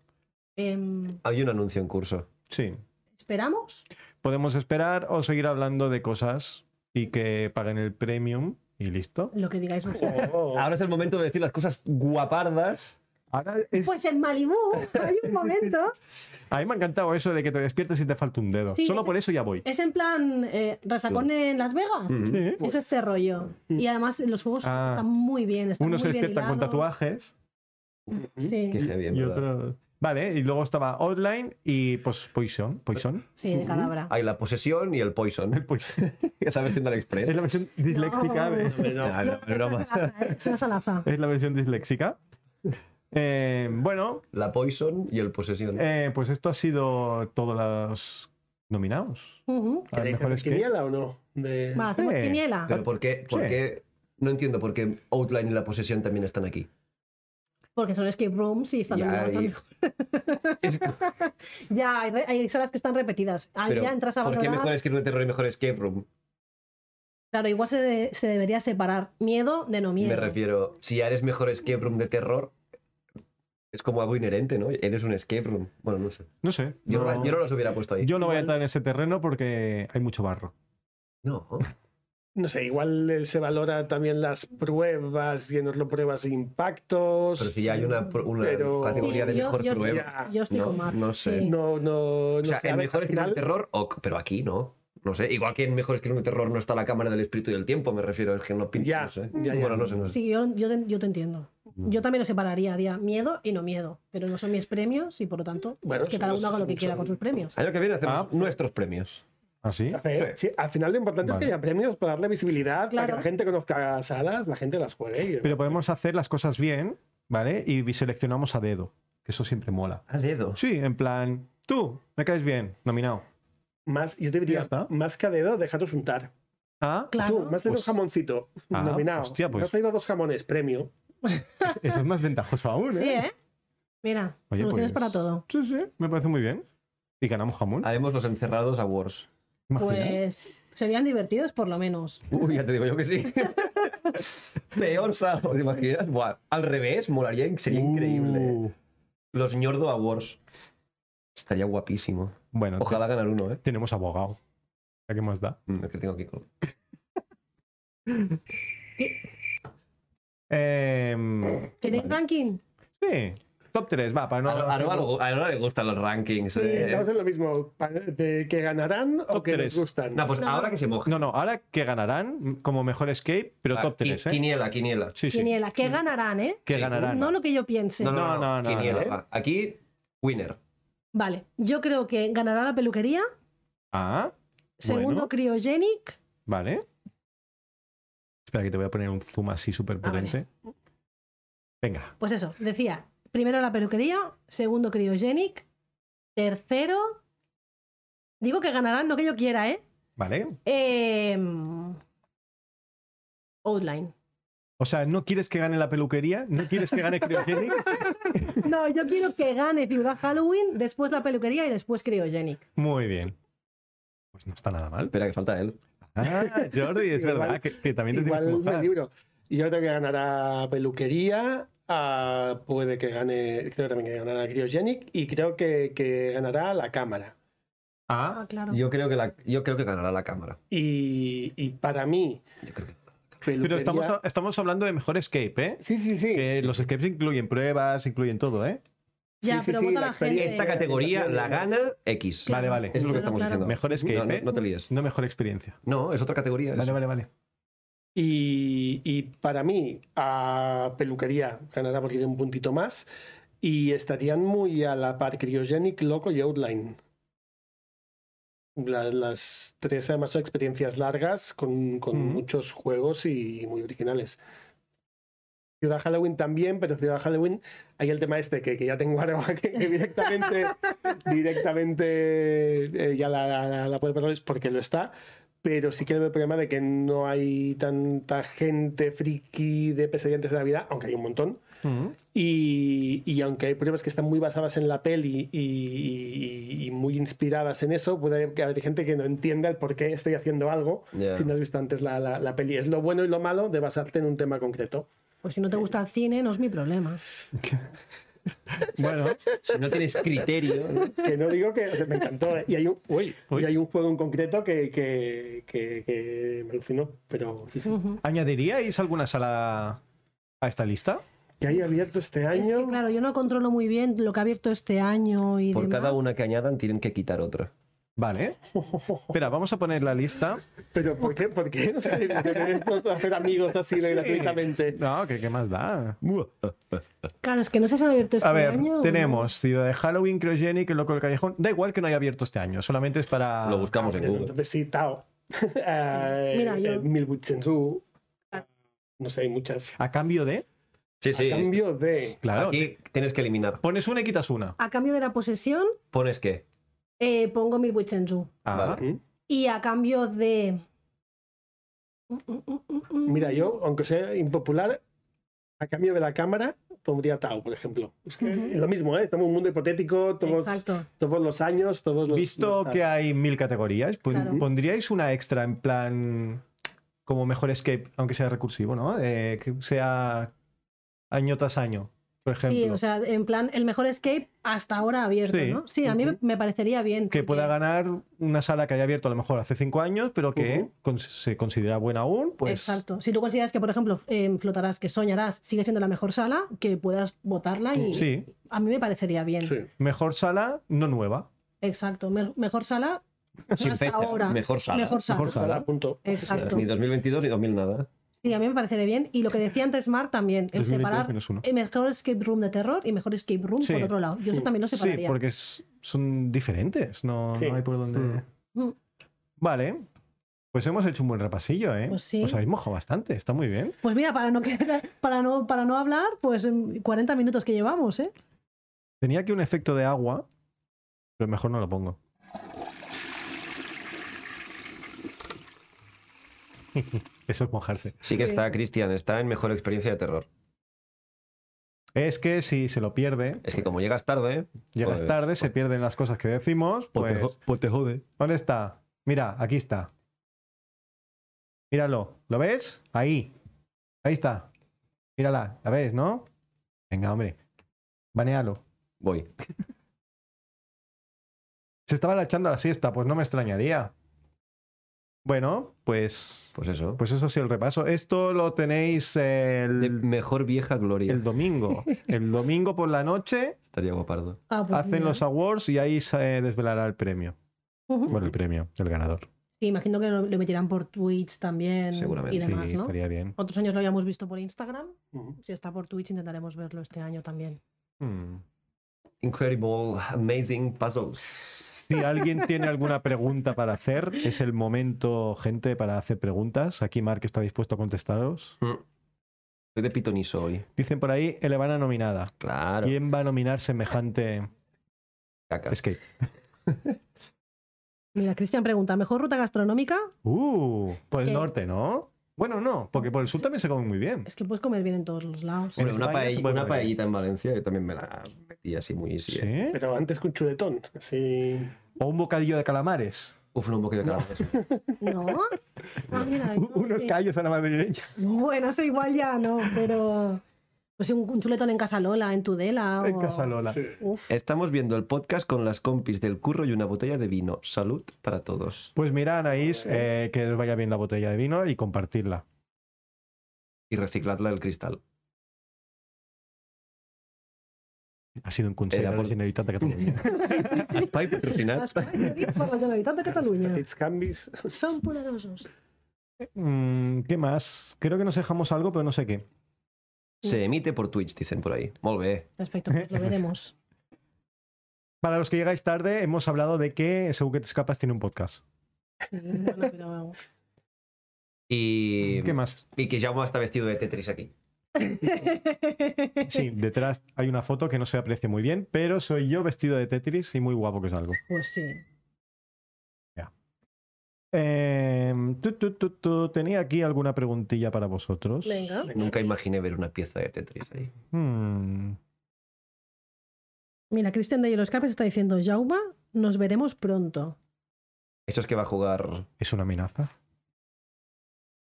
Speaker 4: Em,
Speaker 3: Hay un anuncio en curso.
Speaker 2: Sí.
Speaker 4: ¿Esperamos?
Speaker 2: Podemos esperar o seguir hablando de cosas y que paguen el premium y listo.
Speaker 4: Lo que digáis vosotros.
Speaker 5: Oh,
Speaker 2: Ah,
Speaker 3: Ahora es el momento de decir las cosas guapardas.
Speaker 2: Ahora es-
Speaker 4: Pues en Malibú, hay un momento.
Speaker 2: A mí me ha encantado eso de que te despiertes y te falta un dedo.
Speaker 4: Sí,
Speaker 2: Solo
Speaker 4: es-
Speaker 2: por eso ya voy.
Speaker 4: Es en plan eh, resacón en Las Vegas.
Speaker 3: Mm.
Speaker 2: Sí.
Speaker 4: Es este rollo. Y además los juegos
Speaker 2: Ah.
Speaker 4: están muy bien. Están
Speaker 2: Unos
Speaker 4: muy
Speaker 2: se
Speaker 4: bien
Speaker 2: despiertan con
Speaker 4: hilados.
Speaker 2: tatuajes
Speaker 4: Sí,
Speaker 3: ¿eh? Qué heavy, en
Speaker 2: y
Speaker 3: verdad.
Speaker 2: otros... Vale, y luego estaba Online y pues Poison. Poison.
Speaker 4: sí, de cadabra.
Speaker 3: Hay la posesión y el poison.
Speaker 2: El Poison.
Speaker 3: Es la versión del Express.
Speaker 2: Es la versión disléxica. de-
Speaker 3: No, no, es broma.
Speaker 4: Ah, eh, Es una salaza.
Speaker 2: Es la versión disléxica. Eh, bueno,
Speaker 3: La poison y el posesión.
Speaker 2: eh, pues esto ha sido todos los nominados.
Speaker 4: Ujú.
Speaker 2: A ver,
Speaker 5: ¿queréis
Speaker 2: mejor
Speaker 5: hacer
Speaker 2: es que...
Speaker 5: quiniela o no? De-
Speaker 4: Va, hacemos
Speaker 3: Eh.
Speaker 2: Sí.
Speaker 4: quiniela.
Speaker 3: Pero ¿por qué? ¿Por
Speaker 2: Sí.
Speaker 3: qué? No entiendo por qué Outline y la posesión también están aquí.
Speaker 4: Porque son escape rooms y están
Speaker 3: Ya,
Speaker 4: nominadas la
Speaker 3: y-
Speaker 4: mejor. Ya, hay, re- hay salas que están repetidas. Ahí
Speaker 3: Pero,
Speaker 4: ya entras a
Speaker 3: ¿Por qué
Speaker 4: valorar.
Speaker 3: mejor es que de terror y mejor escape room?
Speaker 4: Claro, igual se, de- se debería separar miedo de no miedo.
Speaker 3: Me refiero, si ya eres mejor escape room de terror, es como algo inherente, ¿no? Eres un escape room. Bueno, no sé.
Speaker 2: No sé.
Speaker 3: Yo,
Speaker 2: no-
Speaker 3: no, yo no los hubiera puesto ahí.
Speaker 2: yo no voy a entrar en ese terreno porque hay mucho barro.
Speaker 3: No.
Speaker 5: No sé, igual eh, se valora también las pruebas, lo pruebas de impactos. mm,
Speaker 3: Pero si ya hay una, pro- una
Speaker 5: Pero-
Speaker 3: categoría de
Speaker 4: Sí, yo-
Speaker 3: mejor
Speaker 4: yo-
Speaker 3: prueba.
Speaker 5: Ah,
Speaker 4: Yo estoy
Speaker 3: no,
Speaker 4: con Marc,
Speaker 3: no sé.
Speaker 4: sí.
Speaker 5: No, no, no
Speaker 3: O sea,
Speaker 5: sé, a
Speaker 3: en
Speaker 5: ver,
Speaker 3: mejor
Speaker 5: al
Speaker 3: escribir
Speaker 5: final-
Speaker 3: de terror, ok, pero aquí no. No sé, igual que en mejor escribir de terror no está la cámara del espíritu y del tiempo, me refiero, es que no pinta.
Speaker 5: Ya,
Speaker 3: no sé.
Speaker 5: ya, ya.
Speaker 3: Bueno, no sé, no sé.
Speaker 4: Sí, yo, yo, te, yo te entiendo. Yo también lo separaría, haría miedo y no miedo, pero no son mis premios y por lo tanto
Speaker 5: Bueno,
Speaker 4: que cada
Speaker 5: son-
Speaker 4: uno haga lo que
Speaker 5: son-
Speaker 4: quiera con sus premios.
Speaker 3: Año que viene hacemos
Speaker 5: pues.
Speaker 2: Ah.
Speaker 3: nuestros premios.
Speaker 2: ¿Así?
Speaker 5: Hacer- sí, al final lo importante
Speaker 2: Vale.
Speaker 5: es que haya premios para darle visibilidad, para
Speaker 4: Claro.
Speaker 5: que la gente conozca salas, la gente las juegue. y-
Speaker 2: Pero podemos hacer las cosas bien, ¿vale? Y seleccionamos a dedo, que eso siempre mola.
Speaker 3: A dedo.
Speaker 2: Sí, en plan, tú, me caes bien, nominado.
Speaker 5: Más, yo te
Speaker 2: Ya
Speaker 5: diría,
Speaker 2: está.
Speaker 5: más que a dedo, dejaros untar.
Speaker 2: Ah,
Speaker 5: Tú,
Speaker 4: Claro.
Speaker 5: más de
Speaker 2: Pues-
Speaker 5: un jamoncito
Speaker 2: Ah,
Speaker 5: nominado.
Speaker 2: hostia, pues.
Speaker 5: Me has traído dos jamones, premio.
Speaker 2: eso es más ventajoso aún, ¿eh?
Speaker 4: Sí, ¿eh? Mira,
Speaker 2: Oye,
Speaker 4: soluciones
Speaker 2: pues-
Speaker 4: para todo.
Speaker 2: Sí, sí, me parece muy bien. Y ganamos jamón.
Speaker 3: Haremos los encerrados awards.
Speaker 2: Imagina. Uh. ¿eh?
Speaker 4: Pues serían divertidos por lo menos.
Speaker 3: Uy, ya te digo yo que sí. Peor sábado, ¿te imaginas? Buah, al revés, molaría, sería increíble.
Speaker 2: Uh,
Speaker 3: Los ñordo awards. Estaría guapísimo.
Speaker 2: Bueno, te-
Speaker 3: Ojalá ganar uno, ¿eh?
Speaker 2: tenemos abogado. ¿A qué más da?
Speaker 3: Mm, Que tengo aquí con-
Speaker 2: Em,
Speaker 4: ¿Queréis ranking?
Speaker 2: sí, top 3, va, para no...
Speaker 3: A Aroa- a Aroa- a Aroa le gustan los rankings.
Speaker 5: Sí,
Speaker 3: eh.
Speaker 5: estamos en lo mismo. pa- De que ganarán o
Speaker 2: Top
Speaker 5: que
Speaker 2: tres.
Speaker 5: les gustan.
Speaker 3: No, pues
Speaker 4: No.
Speaker 3: ahora que se moja.
Speaker 2: No, no, ahora que ganarán como mejor escape, pero
Speaker 3: Ah,
Speaker 2: top
Speaker 3: qui-
Speaker 2: 3, ¿eh?
Speaker 3: Quiniela, quiniela.
Speaker 2: Sí, sí.
Speaker 4: Quiniela, que ganarán, ¿eh?
Speaker 2: Que
Speaker 3: Sí.
Speaker 2: ganarán.
Speaker 4: No lo que yo piense.
Speaker 2: No, no, no, no,
Speaker 3: quiniela,
Speaker 2: no.
Speaker 3: va. Aquí, winner.
Speaker 4: Vale, yo creo que ganará la peluquería.
Speaker 2: Ah,
Speaker 4: Segundo,
Speaker 2: Bueno.
Speaker 4: Cryogenic.
Speaker 2: vale. Espera que te voy a poner un zoom así
Speaker 5: Ah,
Speaker 2: súper potente. Venga.
Speaker 4: Pues eso, decía, primero la peluquería, segundo, Cryogenic. Tercero, digo que ganarán, no que yo quiera, ¿eh?
Speaker 2: Vale.
Speaker 4: Em, Outline.
Speaker 2: O sea, ¿no quieres que gane la peluquería? ¿No quieres que gane Cryogenic?
Speaker 4: No, yo quiero que gane Ciudad Halloween, después la peluquería y después Cryogenic.
Speaker 2: Muy bien. Pues no está nada mal.
Speaker 3: Espera, que falta él.
Speaker 2: Ah, Jordi, es
Speaker 5: Igual-
Speaker 2: verdad que, que también te tienes que
Speaker 5: Igual me
Speaker 2: mojar.
Speaker 5: libro. Yo creo que ganará peluquería. ah, puede que gane, creo también que ganará Cryogenic y creo que, que ganará la cámara.
Speaker 2: Ah,
Speaker 4: Ah, claro.
Speaker 3: Yo creo que, la, yo creo que ganará la cámara.
Speaker 5: Y, y para mí,
Speaker 3: Yo creo que.
Speaker 2: pero
Speaker 5: peluquería-
Speaker 2: estamos, estamos hablando de mejor escape, ¿eh?
Speaker 5: Sí, sí, sí.
Speaker 2: Que los escapes incluyen pruebas, incluyen todo, ¿eh?
Speaker 5: Sí,
Speaker 4: ya,
Speaker 5: sí,
Speaker 4: pero
Speaker 5: sí,
Speaker 4: vota
Speaker 5: la
Speaker 4: la, gente.
Speaker 5: experiencia
Speaker 3: Esta categoría la gana X.
Speaker 4: Claro.
Speaker 2: Vale, vale.
Speaker 3: Eso es lo que estamos
Speaker 4: Claro, claro.
Speaker 3: diciendo.
Speaker 2: Mejor escape,
Speaker 3: No, no,
Speaker 2: ¿eh?
Speaker 3: no te líes.
Speaker 2: No mejor experiencia.
Speaker 3: No, es otra categoría.
Speaker 2: Vale,
Speaker 3: eso.
Speaker 2: vale, vale.
Speaker 5: Y, y para mí, a peluquería ganará porque tiene un puntito más. Y estarían muy a la par Cryogenic, Loco y Outline. La- Las, tres además son experiencias largas con, con
Speaker 2: Mm.
Speaker 5: muchos juegos y muy originales. Ciudad Halloween también, pero Ciudad Halloween hay el tema este que, que ya tengo ahora que, que directamente, directamente eh, ya la, la, la puedo pasar es porque lo está pero sí que veo el problema de que no hay tanta gente friki de pesadilla antes de Navidad, aunque hay un montón.
Speaker 2: Mm.
Speaker 5: Y, y aunque hay pruebas que están muy basadas en la peli y, y- y muy inspiradas en eso, puede que haber gente que no entienda el por qué estoy haciendo algo
Speaker 3: Ya.
Speaker 5: si no has visto antes la, la- la peli. Es lo bueno y lo malo de basarte en un tema concreto.
Speaker 4: Pues si no te gusta el cine, no es mi problema.
Speaker 2: Bueno,
Speaker 3: Si no tienes criterio. ¿no?
Speaker 5: Que no digo que me encantó. ¿eh? Y hay un, uy,
Speaker 2: Uy.
Speaker 5: Y hay un juego en concreto que, que, que- que me alucinó, pero sí, sí.
Speaker 4: Ujú.
Speaker 2: ¿añadiríais alguna sala a esta lista?
Speaker 5: Que hay abierto este
Speaker 4: Es
Speaker 5: año.
Speaker 4: que, claro, yo no controlo muy bien lo que ha abierto este año y
Speaker 3: Por
Speaker 4: demás.
Speaker 3: cada una que añadan, tienen que quitar otra.
Speaker 2: Vale. Espera, vamos a poner la lista.
Speaker 5: ¿Pero por qué? ¿Por qué? O sea, queremos hacer amigos así de gratuitamente.
Speaker 2: No, que qué más da.
Speaker 4: Claro, es que no sé si han abierto este
Speaker 2: A ver,
Speaker 4: año.
Speaker 2: tenemos Ciudad de Halloween, Cryogenic, El Loco del Callejón. Da igual que no haya abierto este año, solamente es para...
Speaker 3: Lo buscamos en
Speaker 5: Pero
Speaker 3: Google.
Speaker 5: Entonces sí, Tao. Eh,
Speaker 4: Mira, yo-
Speaker 5: eh, Milwood Sensu. No sé, hay muchas.
Speaker 2: A cambio de...
Speaker 3: Sí, sí.
Speaker 5: a cambio de.
Speaker 2: Claro.
Speaker 3: Aquí tienes que eliminar.
Speaker 2: Pones una y quitas una.
Speaker 4: A cambio de la posesión,
Speaker 3: Pones qué.
Speaker 4: eh, pongo mi Wichenzu.
Speaker 2: Ah,
Speaker 3: Vale.
Speaker 4: Y a cambio de.
Speaker 5: Mira, yo, aunque sea impopular, a cambio de la cámara pondría Tao, por ejemplo. Es que
Speaker 4: Ujú.
Speaker 5: es lo mismo, ¿eh? Estamos en un mundo hipotético, todos,
Speaker 4: Exacto.
Speaker 5: todos los años, todos los.
Speaker 2: Visto
Speaker 5: los tal.
Speaker 2: que hay mil categorías, pon-
Speaker 4: Claro.
Speaker 2: ¿pondríais una extra en plan como mejor escape, aunque sea recursivo, ¿no? Eh, que sea año tras año. por ejemplo.
Speaker 4: Sí, o sea, en plan, el mejor escape hasta ahora abierto,
Speaker 2: Sí.
Speaker 4: ¿no? Sí, a mí me- me parecería
Speaker 2: que
Speaker 4: bien. porque-
Speaker 2: pueda ganar una sala que haya abierto a lo mejor hace cinco años, pero que
Speaker 5: Ujú.
Speaker 2: con- se considera buena aún, pues
Speaker 4: Exacto. Si tú consideras que, por ejemplo, eh, flotarás, que soñarás, sigue siendo la mejor sala, que puedas votarla y
Speaker 2: sí,
Speaker 4: a mí me parecería bien.
Speaker 5: Sí.
Speaker 2: mejor sala, no nueva.
Speaker 4: Exacto. Me- mejor sala
Speaker 3: Sin
Speaker 4: hasta
Speaker 3: fecha.
Speaker 4: ahora.
Speaker 3: Mejor sala.
Speaker 4: Mejor sala.
Speaker 2: Mejor sala.
Speaker 5: Ahora, punto.
Speaker 4: Exacto.
Speaker 3: Ni 2022 ni 2000 nada.
Speaker 4: Sí, a mí me parecería bien. Y lo que decía antes Mar también, el
Speaker 2: 2022
Speaker 4: separar
Speaker 2: menos uno.
Speaker 4: el mejor escape room de terror y mejor escape room
Speaker 2: Sí.
Speaker 4: por otro lado. Yo eso
Speaker 5: Mm.
Speaker 4: también lo
Speaker 2: Sí,
Speaker 4: separaría.
Speaker 2: porque es- son diferentes, no,
Speaker 5: Sí.
Speaker 2: no hay por dónde.
Speaker 4: Mm.
Speaker 2: Vale, pues hemos hecho un buen repasillo, ¿eh?
Speaker 4: Pues sí.
Speaker 2: Os habéis mojado bastante, está muy bien.
Speaker 4: Pues mira, para no, que- para, no, para no hablar, pues em, 40 minutos que llevamos, ¿eh?
Speaker 2: Tenía aquí un efecto de agua, pero mejor no lo pongo. Eso es mojarse.
Speaker 3: Sí que
Speaker 4: Sí.
Speaker 3: está, Cristian, está en mejor experiencia de terror.
Speaker 2: Es que si se lo pierde,
Speaker 3: Es que como llegas tarde,
Speaker 2: llegas
Speaker 3: Pues-
Speaker 2: tarde, se pierden las cosas que decimos, pues...
Speaker 3: jode.
Speaker 2: ¿Dónde está? Mira, aquí está. Míralo. ¿Lo ves? Ahí. Ahí está. Mírala. ¿La ves, no? Venga, hombre. Banealo.
Speaker 3: Voy.
Speaker 2: Se estaba echando la siesta, pues no me extrañaría. Bueno, pues...
Speaker 3: Pues eso.
Speaker 2: Pues eso sí, el repaso. Esto lo tenéis
Speaker 3: De
Speaker 2: el,
Speaker 3: mejor vieja gloria.
Speaker 2: el domingo. El domingo por la noche
Speaker 3: Estaría guapardo.
Speaker 4: Ah, pues
Speaker 2: hacen
Speaker 4: mira.
Speaker 2: los awards y ahí se desvelará el premio.
Speaker 4: Ujú.
Speaker 2: Bueno, el premio, el ganador.
Speaker 4: Sí, imagino que lo, lo emitirán por Twitch también
Speaker 3: Seguramente,
Speaker 4: y demás,
Speaker 2: sí,
Speaker 4: ¿no?
Speaker 2: estaría bien.
Speaker 4: Otros años lo habíamos visto por Instagram.
Speaker 5: Ujú.
Speaker 4: Si está por Twitch, intentaremos verlo este año también.
Speaker 2: Hmm.
Speaker 3: Incredible, amazing puzzles.
Speaker 2: Si alguien tiene alguna pregunta para hacer, es el momento, gente, para hacer preguntas. Aquí Mark está dispuesto a contestaros.
Speaker 3: Mm. Soy de pitoniso hoy.
Speaker 2: Dicen por ahí, Elevana nominada.
Speaker 3: Claro.
Speaker 2: ¿Quién va a nominar semejante
Speaker 3: Caca.
Speaker 2: escape?
Speaker 4: Mira, Cristian pregunta, ¿mejor ruta gastronómica?
Speaker 2: Uh, por el
Speaker 4: ¿Qué?
Speaker 2: norte, ¿no? Bueno, no, porque por el sur también se come muy bien.
Speaker 4: Es que puedes comer bien en todos los lados.
Speaker 2: Bueno,
Speaker 3: Hombre, una,
Speaker 2: España se
Speaker 3: paella-
Speaker 2: puede
Speaker 3: una
Speaker 2: comer bien.
Speaker 3: paellita en Valencia, yo también me la metí así muy easy. eh.
Speaker 2: ¿Sí?
Speaker 5: Pero antes con chuletón. Sí.
Speaker 2: O un bocadillo de calamares.
Speaker 3: Uf, no, un poquito de calabazas.
Speaker 4: ¿No? Ah, mira,
Speaker 2: U-
Speaker 4: no,
Speaker 2: Unos
Speaker 4: sí.
Speaker 2: callos a la madrileña.
Speaker 4: Bueno, eso igual ya no, pero... Pues un, un chuletón en Casalola, en Tudela o...
Speaker 2: En Casalola.
Speaker 5: Sí.
Speaker 4: Uf,
Speaker 3: Estamos viendo el podcast con las compis del curro y una botella de vino. Salud para todos.
Speaker 2: Pues mira, Anaís, eh, que os vaya bien la botella de vino y compartirla.
Speaker 3: Y recicladla el cristal.
Speaker 2: Ha sido un consejo
Speaker 3: Era por-
Speaker 2: inevitable que
Speaker 3: Pai patrocinat.
Speaker 4: las calles por la Generalitat de Cataluña
Speaker 5: Petits canvis.
Speaker 4: son poderosos.
Speaker 2: Mm, ¿Qué más? Creo que nos dejamos algo, pero no sé qué.
Speaker 3: Se emite por Twitch, dicen por ahí. Molt bé.
Speaker 4: Perfecto, pues lo veremos.
Speaker 2: Para los que llegáis tarde, hemos hablado de que Según que te escapas tiene un podcast.
Speaker 4: Sí, bueno, pero-
Speaker 3: Y, Eh,
Speaker 2: ¿Qué más?
Speaker 3: y que Jaume está vestido de Tetris aquí.
Speaker 2: Sí, detrás hay una foto que no se aprecia muy bien, pero soy yo vestido de Tetris y muy guapo que es algo.
Speaker 4: Pues sí.
Speaker 2: Em, tenía aquí alguna preguntilla para vosotros.
Speaker 4: Venga.
Speaker 3: Nunca imaginé ver una pieza de Tetris ahí.
Speaker 2: Hmm,
Speaker 4: Mira, Cristian de Hielo Escapes está diciendo, Jauma, nos veremos pronto.
Speaker 3: Eso es que va a jugar.
Speaker 2: ¿Es una amenaza?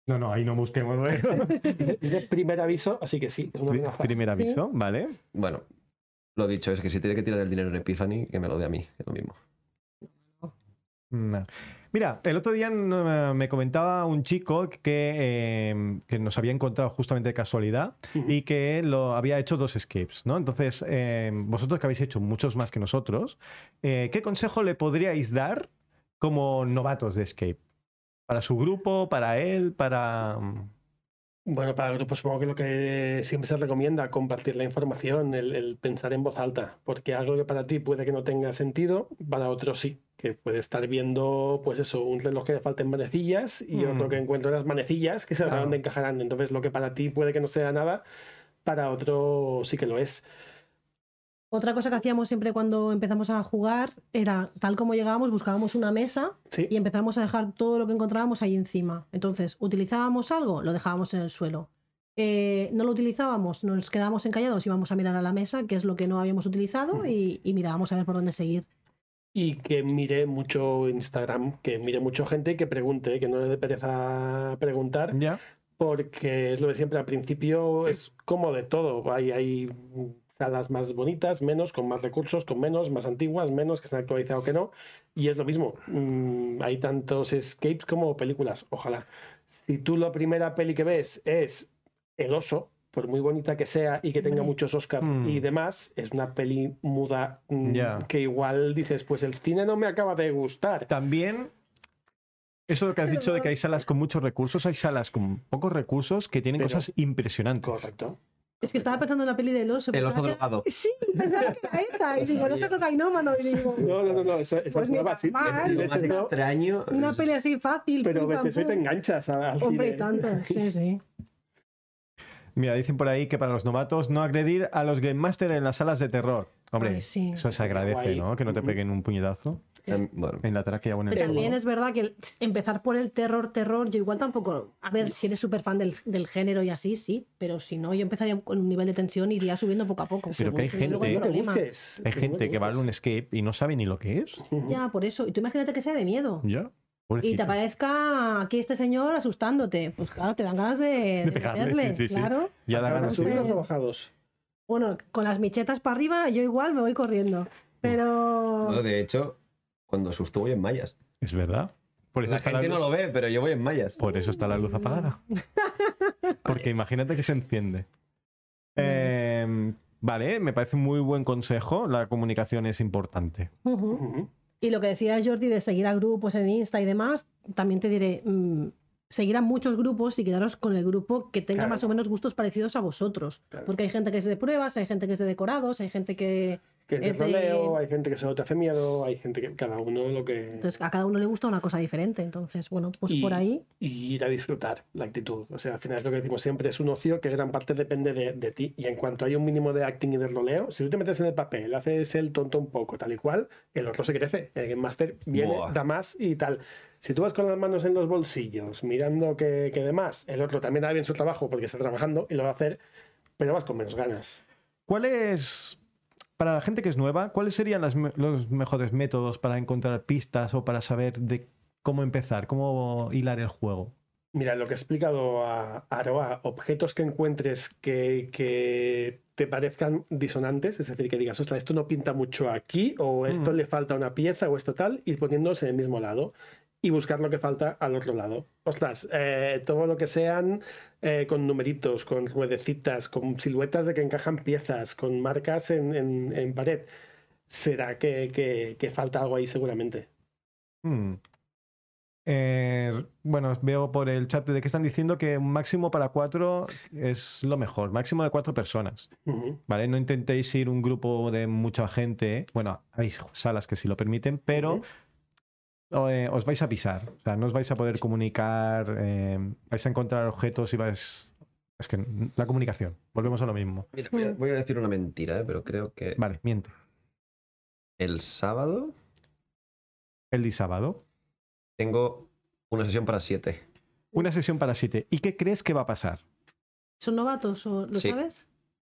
Speaker 2: No, no, ahí no busquemos.
Speaker 5: Y de primer aviso, así que sí, es una amenaza.
Speaker 2: Primer aviso, ¿vale?
Speaker 3: Bueno, lo dicho, es que si tiene que tirar el dinero en Epiphany, que me lo dé a mí, es lo mismo.
Speaker 2: No. Mira, el otro día mm, me comentaba un chico que, eh, que nos había encontrado justamente de casualidad
Speaker 5: Ujú.
Speaker 2: y que lo había hecho dos escapes, ¿no? Entonces, eh, vosotros que habéis hecho muchos más que nosotros, eh, ¿qué consejo le podríais dar como novatos de escape? Para su grupo, para él, para... mm,
Speaker 5: Bueno, para el grupo supongo que lo que siempre se recomienda, compartir la información, el, el pensar en voz alta, porque algo que para ti puede que no tenga sentido, para otros sí, que puede estar viendo, pues eso, un reloj que le falten manecillas y
Speaker 2: Mm.
Speaker 5: otro que encuentra unas manecillas que sabrá
Speaker 2: Claro.
Speaker 5: dónde encajarán. Entonces, lo que para ti puede que no sea nada, para otro sí que lo es.
Speaker 4: Otra cosa que hacíamos siempre cuando empezamos a jugar era, tal como llegábamos, buscábamos una mesa
Speaker 5: Sí.
Speaker 4: y empezábamos a dejar todo lo que encontrábamos ahí encima. Entonces, utilizábamos algo, lo dejábamos en el suelo. Eh, no lo utilizábamos, nos quedábamos encallados, íbamos a mirar a la mesa, que es lo que no habíamos utilizado, y, y mirábamos a ver por dónde seguir.
Speaker 5: Y que mire mucho Instagram, que mire mucho gente y que pregunte, que no le dé pereza preguntar.
Speaker 2: Ya.
Speaker 5: Porque es lo de siempre, al principio es como de todo. Hay, hay salas más bonitas, menos, con más recursos, con menos, más antiguas, menos, que se han actualizado que no. Y es lo mismo. mm, hay tantos escapes como películas. Ojalá. Si tú la primera peli que ves es El oso, por muy bonita que sea y que tenga
Speaker 4: Hombre.
Speaker 5: muchos Oscars
Speaker 2: Mm.
Speaker 5: y demás, es una peli muda mm,
Speaker 2: Ya.
Speaker 5: que igual dices, pues el cine no me acaba de gustar.
Speaker 2: También, eso que has dicho de que hay salas con muchos recursos, hay salas con pocos recursos que tienen
Speaker 5: Pero-
Speaker 2: cosas impresionantes.
Speaker 5: Correcto.
Speaker 4: Es que estaba pensando en la peli del oso.
Speaker 3: El
Speaker 4: pensaba
Speaker 3: oso
Speaker 4: que era-
Speaker 3: drogado.
Speaker 4: Sí, pensaba que era esa. Y
Speaker 6: Lo
Speaker 4: digo, no soy
Speaker 6: sabía.
Speaker 4: cocainómano. Y digo,
Speaker 5: No, no, no, no, esa, esa
Speaker 4: Pues
Speaker 5: es
Speaker 4: ni
Speaker 5: nueva,
Speaker 4: tan
Speaker 5: sí,
Speaker 4: mal.
Speaker 5: y ves el no,
Speaker 3: extraño.
Speaker 4: Ah, una peli así fácil.
Speaker 5: pero
Speaker 4: pim,
Speaker 5: ves
Speaker 4: pam,
Speaker 5: eso y te
Speaker 4: pum.
Speaker 5: enganchas a- al
Speaker 4: Hombre, y
Speaker 5: cine.
Speaker 4: tanto. Sí, sí.
Speaker 2: Mira, dicen por ahí que para los novatos no agredir a los Game Master en las salas de terror. Hombre,
Speaker 4: Ay, sí.
Speaker 2: eso se agradece,
Speaker 5: Guay.
Speaker 2: ¿no? Que no te
Speaker 5: Ujú.
Speaker 2: peguen un puñetazo
Speaker 3: Tam- Bueno,
Speaker 2: en la traquea o en el
Speaker 4: Pero
Speaker 5: Pero-
Speaker 4: también es verdad que el- empezar por el terror, terror, yo igual tampoco. A ver, si eres súper fan del, del género y así, sí. Pero si no, yo empezaría con un nivel de tensión y iría subiendo poco a poco.
Speaker 2: Pero que hay
Speaker 4: Según
Speaker 2: gente-
Speaker 4: pues, luego
Speaker 5: No te
Speaker 4: problemas.
Speaker 5: busques.
Speaker 2: Hay
Speaker 5: No
Speaker 2: gente
Speaker 5: te
Speaker 2: que va a
Speaker 5: busques.
Speaker 2: un escape y no sabe ni lo que es.
Speaker 4: Ya, por eso. Y tú imagínate que sea de miedo.
Speaker 2: ¿Ya?
Speaker 4: Y te
Speaker 2: Pobrecitos.
Speaker 4: aparezca aquí este señor asustándote. Pues claro, te dan ganas de, de
Speaker 2: pegarle,
Speaker 4: meterle,
Speaker 2: sí, sí, sí.
Speaker 4: Claro.
Speaker 2: Ya la
Speaker 5: Acaban
Speaker 2: ganas
Speaker 5: subidos
Speaker 4: sí.
Speaker 5: o bajados.
Speaker 4: Bueno, con las michetas para arriba, yo igual me voy corriendo. Pero.
Speaker 3: no, de hecho, cuando asusto voy en mallas.
Speaker 2: Es verdad. Por eso,
Speaker 3: La
Speaker 2: está la
Speaker 3: gente
Speaker 2: luz,
Speaker 3: no lo ve, pero yo voy en mallas.
Speaker 2: por eso está la luz apagada. Porque imagínate que se enciende. Eh, vale, me parece un muy buen consejo. La comunicación es importante.
Speaker 4: Ujú.
Speaker 5: Ujú.
Speaker 4: Y lo que decía Jordi de seguir a grupos en Insta y demás, también te diré, mm, seguir a muchos grupos y quedaros con el grupo que tenga
Speaker 5: Claro.
Speaker 4: más o menos gustos parecidos a vosotros.
Speaker 5: Claro.
Speaker 4: Porque hay gente que es de pruebas, hay gente que es de decorados, hay gente que...
Speaker 5: Que es
Speaker 4: Es de-
Speaker 5: de roleo, hay gente que solo te hace miedo, hay gente que cada uno lo que...
Speaker 4: Entonces a cada uno le gusta una cosa diferente. Entonces, bueno, pues
Speaker 5: Y-
Speaker 4: por ahí...
Speaker 5: y ir a disfrutar la actitud. O sea, al final es lo que decimos siempre, es un ocio que gran parte depende de, de ti. Y en cuanto hay un mínimo de acting y de roleo, si tú te metes en el papel, haces el tonto un poco, tal y cual, el otro se crece. El Game Master viene,
Speaker 3: Buah.
Speaker 5: da más y tal. Si tú vas con las manos en los bolsillos, mirando que, que demás, el otro también da bien su trabajo porque está trabajando y lo va a hacer, pero vas con menos ganas.
Speaker 2: ¿Cuál es, para la gente que es nueva, cuáles serían las me- los mejores métodos para encontrar pistas o para saber de cómo empezar, cómo hilar el juego?
Speaker 5: Mira, lo que he explicado a a Aroa, objetos que encuentres que, que te parezcan disonantes, es decir, que digas, ostras, esto no pinta mucho aquí, o esto
Speaker 2: Mm.
Speaker 5: le falta una pieza, o esto tal, ir poniéndose en el mismo lado y buscar lo que falta al otro lado. Ostras, eh, todo lo que sean eh, con numeritos, con ruedecitas, con siluetas de que encajan piezas, con marcas en, en- en pared, será que, que- que falta algo ahí seguramente.
Speaker 2: Hmm. Eh, bueno, veo por el chat de que están diciendo que un máximo para cuatro es lo mejor, máximo de cuatro personas,
Speaker 5: Ujú.
Speaker 2: ¿vale? No intentéis ir un grupo de mucha gente, bueno, hay salas que sí lo permiten, pero o, eh, os vais a pisar, o sea, no os vais a poder comunicar, eh, vais a encontrar objetos y vais... Es que n- la comunicación, volvemos a lo mismo.
Speaker 3: Mira, voy a, voy a decir una mentira, ¿eh? pero creo que
Speaker 2: Vale, miente.
Speaker 3: el sábado
Speaker 2: El día sábado,
Speaker 3: tengo una sesión para siete.
Speaker 2: una sesión para siete. ¿Y qué crees que va a pasar?
Speaker 4: ¿Son novatos o lo
Speaker 3: Sí.
Speaker 4: sabes?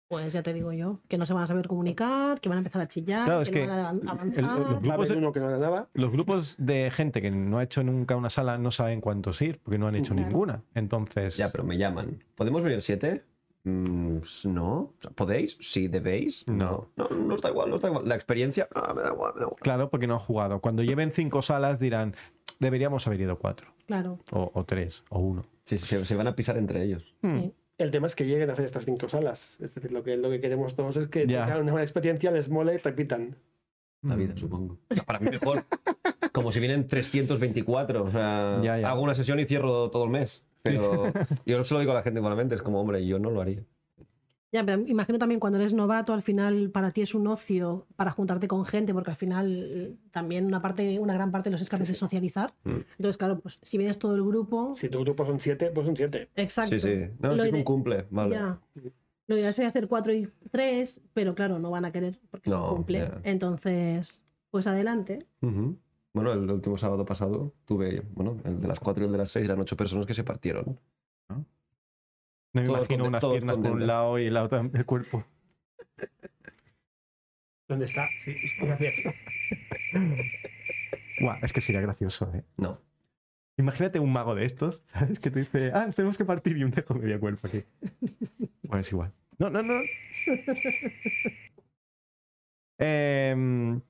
Speaker 4: Pues ya te digo yo, que no se van a saber comunicar, que van a empezar a chillar,
Speaker 2: Claro, es
Speaker 4: que,
Speaker 2: que
Speaker 4: no van a avan-
Speaker 2: el- el-
Speaker 4: avanzar.
Speaker 2: los
Speaker 5: Va a
Speaker 2: grupos
Speaker 5: haber
Speaker 2: de-
Speaker 5: uno que no hará nada.
Speaker 2: Los grupos de gente que no ha hecho nunca una sala no saben cuántos ir, porque no han hecho
Speaker 4: Claro.
Speaker 2: ninguna. Entonces,
Speaker 3: Ya, pero me llaman. ¿Podemos venir siete? Mm, s- no. ¿Podéis? Sí, debéis.
Speaker 2: No.
Speaker 3: No, no, no os da igual, no os da igual. La experiencia, no, me da igual, me da igual.
Speaker 2: claro, porque no han jugado. Cuando lleven cinco salas dirán, deberíamos haber ido cuatro,
Speaker 4: Claro.
Speaker 2: o, o tres, o uno.
Speaker 3: Sí, sí, se, se van a pisar entre ellos.
Speaker 2: Hmm.
Speaker 4: Sí.
Speaker 5: El tema es que lleguen a hacer estas cinco salas. Es decir, lo que, lo que queremos todos es que
Speaker 2: Ya.
Speaker 5: tengan una buena experiencia, les mole y repitan.
Speaker 3: La vida,
Speaker 2: Mm.
Speaker 3: supongo. O sea, Para mí mejor. Como si vienen 324. O sea,
Speaker 2: Ya, ya.
Speaker 3: hago una sesión y cierro todo el mes. Pero yo se lo digo a la gente igualmente. Es como, hombre, yo no lo haría.
Speaker 4: Ya, pero imagino también cuando eres novato, al final para ti es un ocio para juntarte con gente, porque al final eh, también una parte, una gran parte de los escapes es socializar.
Speaker 3: Mm.
Speaker 4: Entonces, claro, pues si vienes todo el grupo,
Speaker 5: Si tu grupo son siete, pues son siete.
Speaker 4: exacto.
Speaker 3: Sí, sí. No, es
Speaker 4: Lo
Speaker 3: que es un
Speaker 4: ide-
Speaker 3: cumple. Vale.
Speaker 4: Ya. Lo ideal sería hacer cuatro y tres, pero claro, no van a querer porque no,
Speaker 3: No,
Speaker 4: cumple.
Speaker 3: ya.
Speaker 4: Entonces, pues adelante.
Speaker 3: Ujú. Bueno, el último sábado pasado tuve, bueno, el de las 4 y el de las 6 eran 8 personas que se partieron.
Speaker 2: No me
Speaker 3: Todos
Speaker 2: imagino
Speaker 3: conten-
Speaker 2: unas
Speaker 3: todos
Speaker 2: piernas por un
Speaker 3: contentos.
Speaker 2: lado y la otra el cuerpo.
Speaker 5: ¿Dónde está? Sí, gracias.
Speaker 2: Guau, es que sería gracioso, ¿eh?
Speaker 3: No.
Speaker 2: Imagínate un pues mago de estos, ¿sabes? Que te dice, ah, nos tenemos que partir y un dejo medio cuerpo aquí. Bueno, es igual. No, no, no. Em,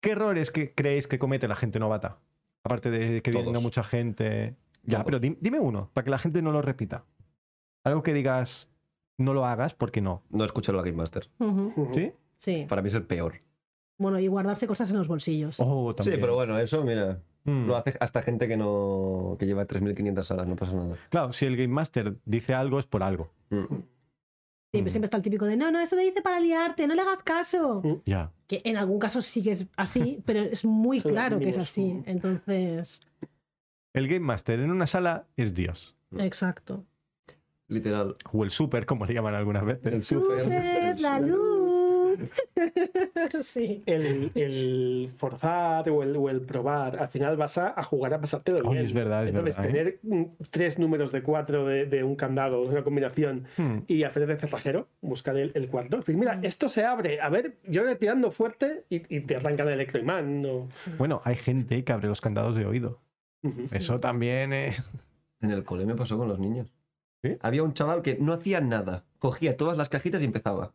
Speaker 2: ¿Qué errores que creéis que comete la gente novata? Aparte de que venga
Speaker 3: Todos.
Speaker 2: mucha gente. Ya,
Speaker 3: Todos.
Speaker 2: pero di- dime uno, para que la gente no lo repita. Algo que digas, no lo hagas porque no.
Speaker 3: No escuchar la Game Master.
Speaker 4: Ujú,
Speaker 2: ¿Sí?
Speaker 4: Sí.
Speaker 3: Para mí es el peor. Eh,
Speaker 4: Bueno, y guardarse cosas en los bolsillos.
Speaker 2: Oh, también.
Speaker 3: Sí, pero bueno, eso, mira.
Speaker 2: Mm.
Speaker 3: Lo hace hasta gente que no que lleva 3.500 horas, no pasa nada.
Speaker 2: Claro, si el Game Master dice algo es por algo.
Speaker 3: Mm.
Speaker 4: Sí, siempre está el típico de, no, no, eso lo dice para liarte, no le hagas caso.
Speaker 2: Ya.
Speaker 4: Que en algún caso sí que es así, pero es muy
Speaker 5: Son los
Speaker 4: claro que es
Speaker 5: mínimos.
Speaker 4: así. Entonces,
Speaker 2: El Game Master en una sala es Dios.
Speaker 3: Mm.
Speaker 4: exacto.
Speaker 3: Literal.
Speaker 2: O el Super, como le llaman algunas veces.
Speaker 3: El super.
Speaker 4: Super, la luz. sí.
Speaker 5: El, el forzar o el, o el probar, al final vas a, a jugar a pasártelo
Speaker 2: Oye,
Speaker 5: bien.
Speaker 2: es verdad, es
Speaker 5: Entonces,
Speaker 2: verdad. ¿eh?
Speaker 5: tener mm, tres números de cuatro de, de un candado, de una combinación,
Speaker 2: Mm.
Speaker 5: y hacer de cerrajero, buscar el, el cuarto. En fin, mira, esto se abre. A ver, yo le tirando fuerte y, y te arrancan el electroimán. No.
Speaker 2: Bueno, hay gente que abre los candados de oído.
Speaker 5: Ujú.
Speaker 2: Eso también es.
Speaker 3: En el cole me pasó con los niños.
Speaker 2: ¿Sí?
Speaker 3: Había un chaval que no hacía nada. Cogía todas las cajitas y empezaba.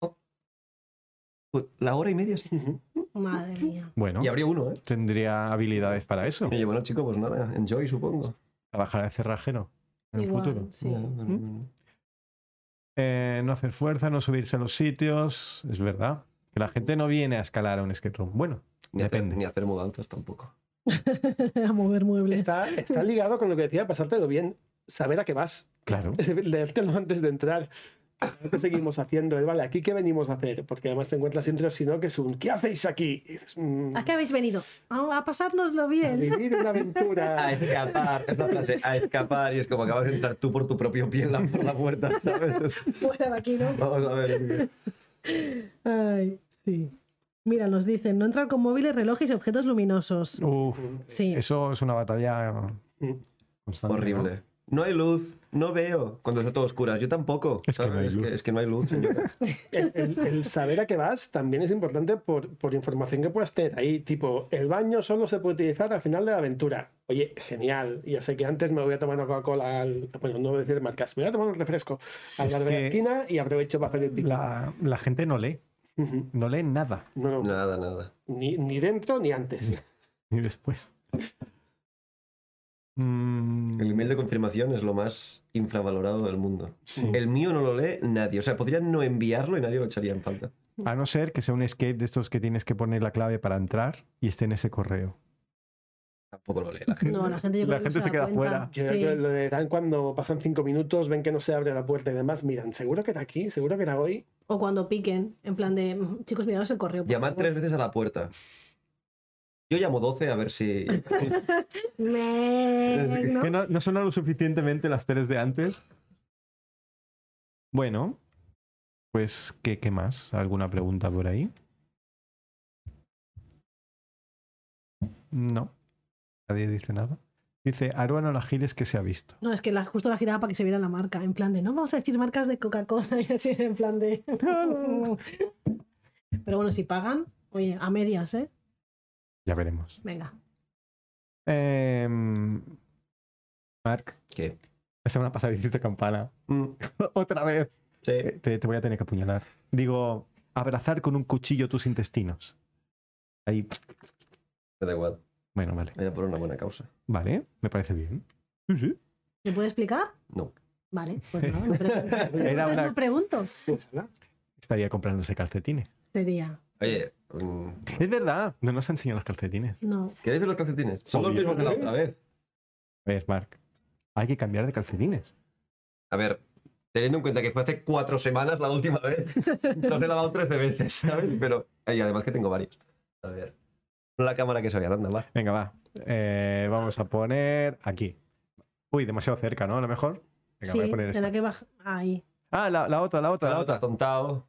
Speaker 3: Oh. Pues, La hora y media sí.
Speaker 5: Ujú.
Speaker 4: Madre mía.
Speaker 2: Bueno,
Speaker 3: Y abrió uno, ¿eh?
Speaker 2: tendría habilidades para eso.
Speaker 3: Y yo, bueno, chico, pues nada, enjoy, supongo.
Speaker 2: Trabajar de cerrajero en el
Speaker 4: Igual,
Speaker 2: futuro.
Speaker 4: sí.
Speaker 3: Ya, bueno, bueno.
Speaker 2: Eh, no hacer fuerza, no subirse a los sitios. Es verdad. Que la gente no viene a escalar a un skate room. Bueno,
Speaker 3: Ni, hacer,
Speaker 2: Depende.
Speaker 3: ni hacer mudanzas tampoco.
Speaker 4: A mover muebles.
Speaker 5: Está, está ligado con lo que decía, pasártelo bien, saber a qué vas.
Speaker 2: claro.
Speaker 5: Es decir, leértelo antes de entrar. ¿Qué seguimos haciendo? Eh, Vale, ¿aquí qué venimos a hacer? Porque además te encuentras siempre, si no, que es un ¿qué hacéis aquí? Y dices, mm,
Speaker 4: ¿A qué habéis venido? A, a pasárnoslo
Speaker 5: a
Speaker 4: bien.
Speaker 5: vivir una
Speaker 3: A
Speaker 5: aventura.
Speaker 3: escapar, es la frase, a escapar. Y es como acabas de entrar tú por tu propio pie en la, por la puerta, ¿sabes? Es-
Speaker 4: Fuera de aquí, ¿no?
Speaker 3: Vamos a ver.
Speaker 4: Ay, sí. Mira, nos dicen, no entrar con móviles, relojes y objetos luminosos.
Speaker 2: Uf,
Speaker 5: Mm,
Speaker 4: Sí.
Speaker 2: eso es una batalla constante. ¿no?
Speaker 3: Horrible. No hay luz, no veo cuando está todo oscuras. Yo tampoco.
Speaker 2: Es que
Speaker 3: ¿sabes?
Speaker 2: no hay
Speaker 3: es,
Speaker 2: luz.
Speaker 3: que, es que no hay luz, señora.
Speaker 5: El, el- el saber a qué vas también es importante por, por información que puedas tener. Ahí, tipo, el baño solo se puede utilizar al final de la aventura. Oye, genial. Ya sé que antes me voy a tomar una Coca-Cola, al- bueno, no voy a decir marcas, me voy a tomar un refresco al
Speaker 2: Es
Speaker 5: bar de la
Speaker 2: que
Speaker 5: esquina y aprovecho para hacer el pico.
Speaker 2: La, la gente no lee.
Speaker 5: Ujú.
Speaker 2: No lee nada.
Speaker 5: No, no,
Speaker 3: Nada, nada.
Speaker 5: Ni, ni dentro ni antes.
Speaker 2: Ni después. Mm,
Speaker 3: El email de confirmación es lo más infravalorado del mundo.
Speaker 2: sí.
Speaker 3: El mío no lo lee nadie. O sea, podrían no enviarlo y nadie lo echaría en falta.
Speaker 2: A no ser que sea un escape de estos que tienes que poner la clave para entrar y esté en ese correo.
Speaker 3: Tampoco lo lee la gente.
Speaker 4: No, la gente yo creo
Speaker 2: La
Speaker 4: que no
Speaker 2: gente se
Speaker 4: da
Speaker 2: queda
Speaker 4: cuenta.
Speaker 2: fuera.
Speaker 5: Yo creo
Speaker 4: Sí.
Speaker 5: que lo leerán cuando pasan cinco minutos, ven que no se abre la puerta y demás, miran, seguro que era aquí, seguro que era hoy.
Speaker 4: O cuando piquen, en plan de, "Mm, chicos, miraos el correo. por
Speaker 3: Llamad
Speaker 4: favor".
Speaker 3: tres veces a la puerta. Yo llamo 12 a ver si...
Speaker 4: Meh, ¿no?
Speaker 2: Que no, no sonó lo suficientemente las tres de antes. Bueno, pues, ¿qué, qué más? ¿Alguna pregunta por ahí? No. Nadie dice nada. Dice, Aruano la Giles que se ha visto.
Speaker 4: No, es que la, justo la giraba para que se viera la marca, en plan de, no vamos a decir marcas de Coca-Cola y así, en plan de... Pero bueno, si pagan, oye, a medias, ¿eh?
Speaker 2: Ya veremos.
Speaker 4: Venga.
Speaker 2: Em, Mark,
Speaker 3: ¿Qué?
Speaker 2: la semana pasada hiciste campana.
Speaker 3: Mm,
Speaker 2: Otra vez.
Speaker 3: sí.
Speaker 2: Eh, Te, te voy a tener que apuñalar. Digo, abrazar con un cuchillo tus intestinos. Ahí,
Speaker 3: Me da igual.
Speaker 2: bueno, vale.
Speaker 3: Era por una buena causa.
Speaker 2: Vale, me parece bien. Sí, sí.
Speaker 4: ¿Me puede explicar?
Speaker 3: No.
Speaker 4: Vale, pues no, no pregunto.
Speaker 2: Era
Speaker 4: Entonces
Speaker 2: una-
Speaker 4: no pregunto.
Speaker 2: Estaría comprándose calcetines.
Speaker 4: Sería,
Speaker 3: Oye, mm,
Speaker 2: Es verdad, no nos han enseñado los calcetines.
Speaker 4: no.
Speaker 3: ¿queréis ver los calcetines? Son los
Speaker 2: Obvio.
Speaker 3: mismos de la otra vez.
Speaker 2: Ves, Mark. Hay que cambiar de calcetines.
Speaker 3: A ver, teniendo en cuenta que fue hace cuatro semanas la última vez, los he lavado 13 veces, ¿sabes? Pero, y además que tengo varios. A ver, no la cámara que sabía, anda, va.
Speaker 2: Venga, va. Eh, vamos a poner aquí. Uy, demasiado cerca, ¿no? A lo mejor. Venga,
Speaker 4: sí,
Speaker 2: voy a poner esta.
Speaker 4: tendrá que bajar... Ahí,
Speaker 2: Ah, la, la otra, la otra, la otra.
Speaker 3: tontao.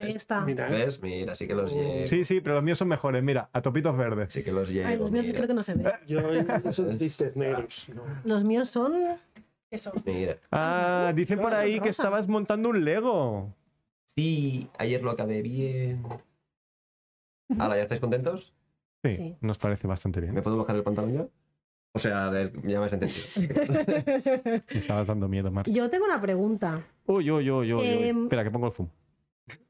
Speaker 4: ahí está.
Speaker 5: Mira, ¿eh?
Speaker 3: ¿Ves? Mira, sí que los llevo.
Speaker 2: Sí, sí, pero los míos son mejores. Mira, a topitos verdes.
Speaker 3: Sí que los llevo.
Speaker 4: Ay, los míos
Speaker 3: mira.
Speaker 4: creo que no se
Speaker 2: Eh.
Speaker 4: ve.
Speaker 5: yo son tristes negros. no.
Speaker 4: Los míos son... Eso.
Speaker 3: Mira.
Speaker 2: Ah, dicen por
Speaker 5: Claro,
Speaker 2: ahí que
Speaker 4: rosas.
Speaker 2: estabas montando un Lego.
Speaker 3: Sí, ayer lo acabé bien. Ahora, ¿ya estáis contentos?
Speaker 2: Sí,
Speaker 4: Sí.
Speaker 2: nos parece bastante bien.
Speaker 3: ¿Me puedo bajar el pantalón ya? O sea, de- ya me has entendido.
Speaker 2: Me estabas dando miedo, Mark.
Speaker 4: Yo tengo una pregunta.
Speaker 2: Uy, uy, uy, uy, uy.
Speaker 4: Em,
Speaker 2: Espera, que pongo el zoom.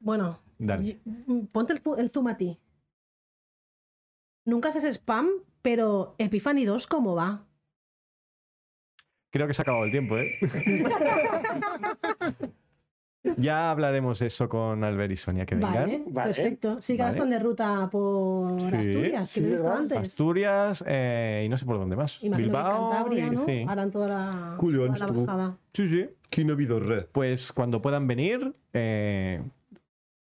Speaker 4: Bueno,
Speaker 2: Dale.
Speaker 4: yo- mm, ponte el, fu- el zoom a ti. Nunca haces spam, pero Epiphany 2, ¿cómo va?
Speaker 2: Creo que se ha acabado el tiempo, ¿eh? ya hablaremos eso con Albert y Sonia que vengan.
Speaker 4: Vale,
Speaker 5: Vale.
Speaker 4: perfecto. Sí que
Speaker 2: Vale.
Speaker 4: ahora están de ruta por
Speaker 2: Sí,
Speaker 4: Asturias, que
Speaker 5: sí,
Speaker 4: lo he visto
Speaker 5: ¿verdad?
Speaker 4: antes.
Speaker 2: Asturias eh, y no sé por dónde más.
Speaker 4: Imagino que
Speaker 2: Bilbao.
Speaker 4: Cantabria,
Speaker 2: y-
Speaker 4: ¿no?
Speaker 2: sí.
Speaker 4: Harán toda la, toda
Speaker 7: Cuyo
Speaker 4: la
Speaker 7: Armstrong.
Speaker 4: bajada.
Speaker 2: sí, sí.
Speaker 7: ¿Quién ha habido re?
Speaker 2: Pues cuando puedan venir, eh,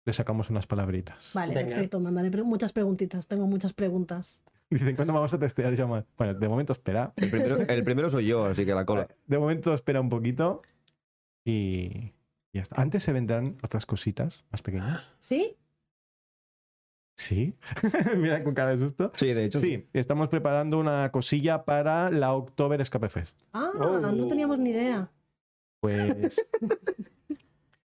Speaker 2: le sacamos unas palabritas.
Speaker 4: Vale,
Speaker 5: Venga.
Speaker 4: perfecto. Mandaré pre- muchas preguntitas. Tengo muchas preguntas.
Speaker 2: Dicen, ¿cuándo vamos a testear ya más? Bueno, de momento espera.
Speaker 3: El primero, el primero soy yo, así que la cola.
Speaker 2: De momento espera un poquito y y ya está. Antes se vendrán otras cositas más pequeñas.
Speaker 4: ¿Sí?
Speaker 2: Sí. Mira con cara de susto.
Speaker 3: Sí, de hecho.
Speaker 2: Sí, estamos preparando una cosilla para la October Escape Fest.
Speaker 4: Ah,
Speaker 5: Oh.
Speaker 4: no teníamos ni idea.
Speaker 2: Pues.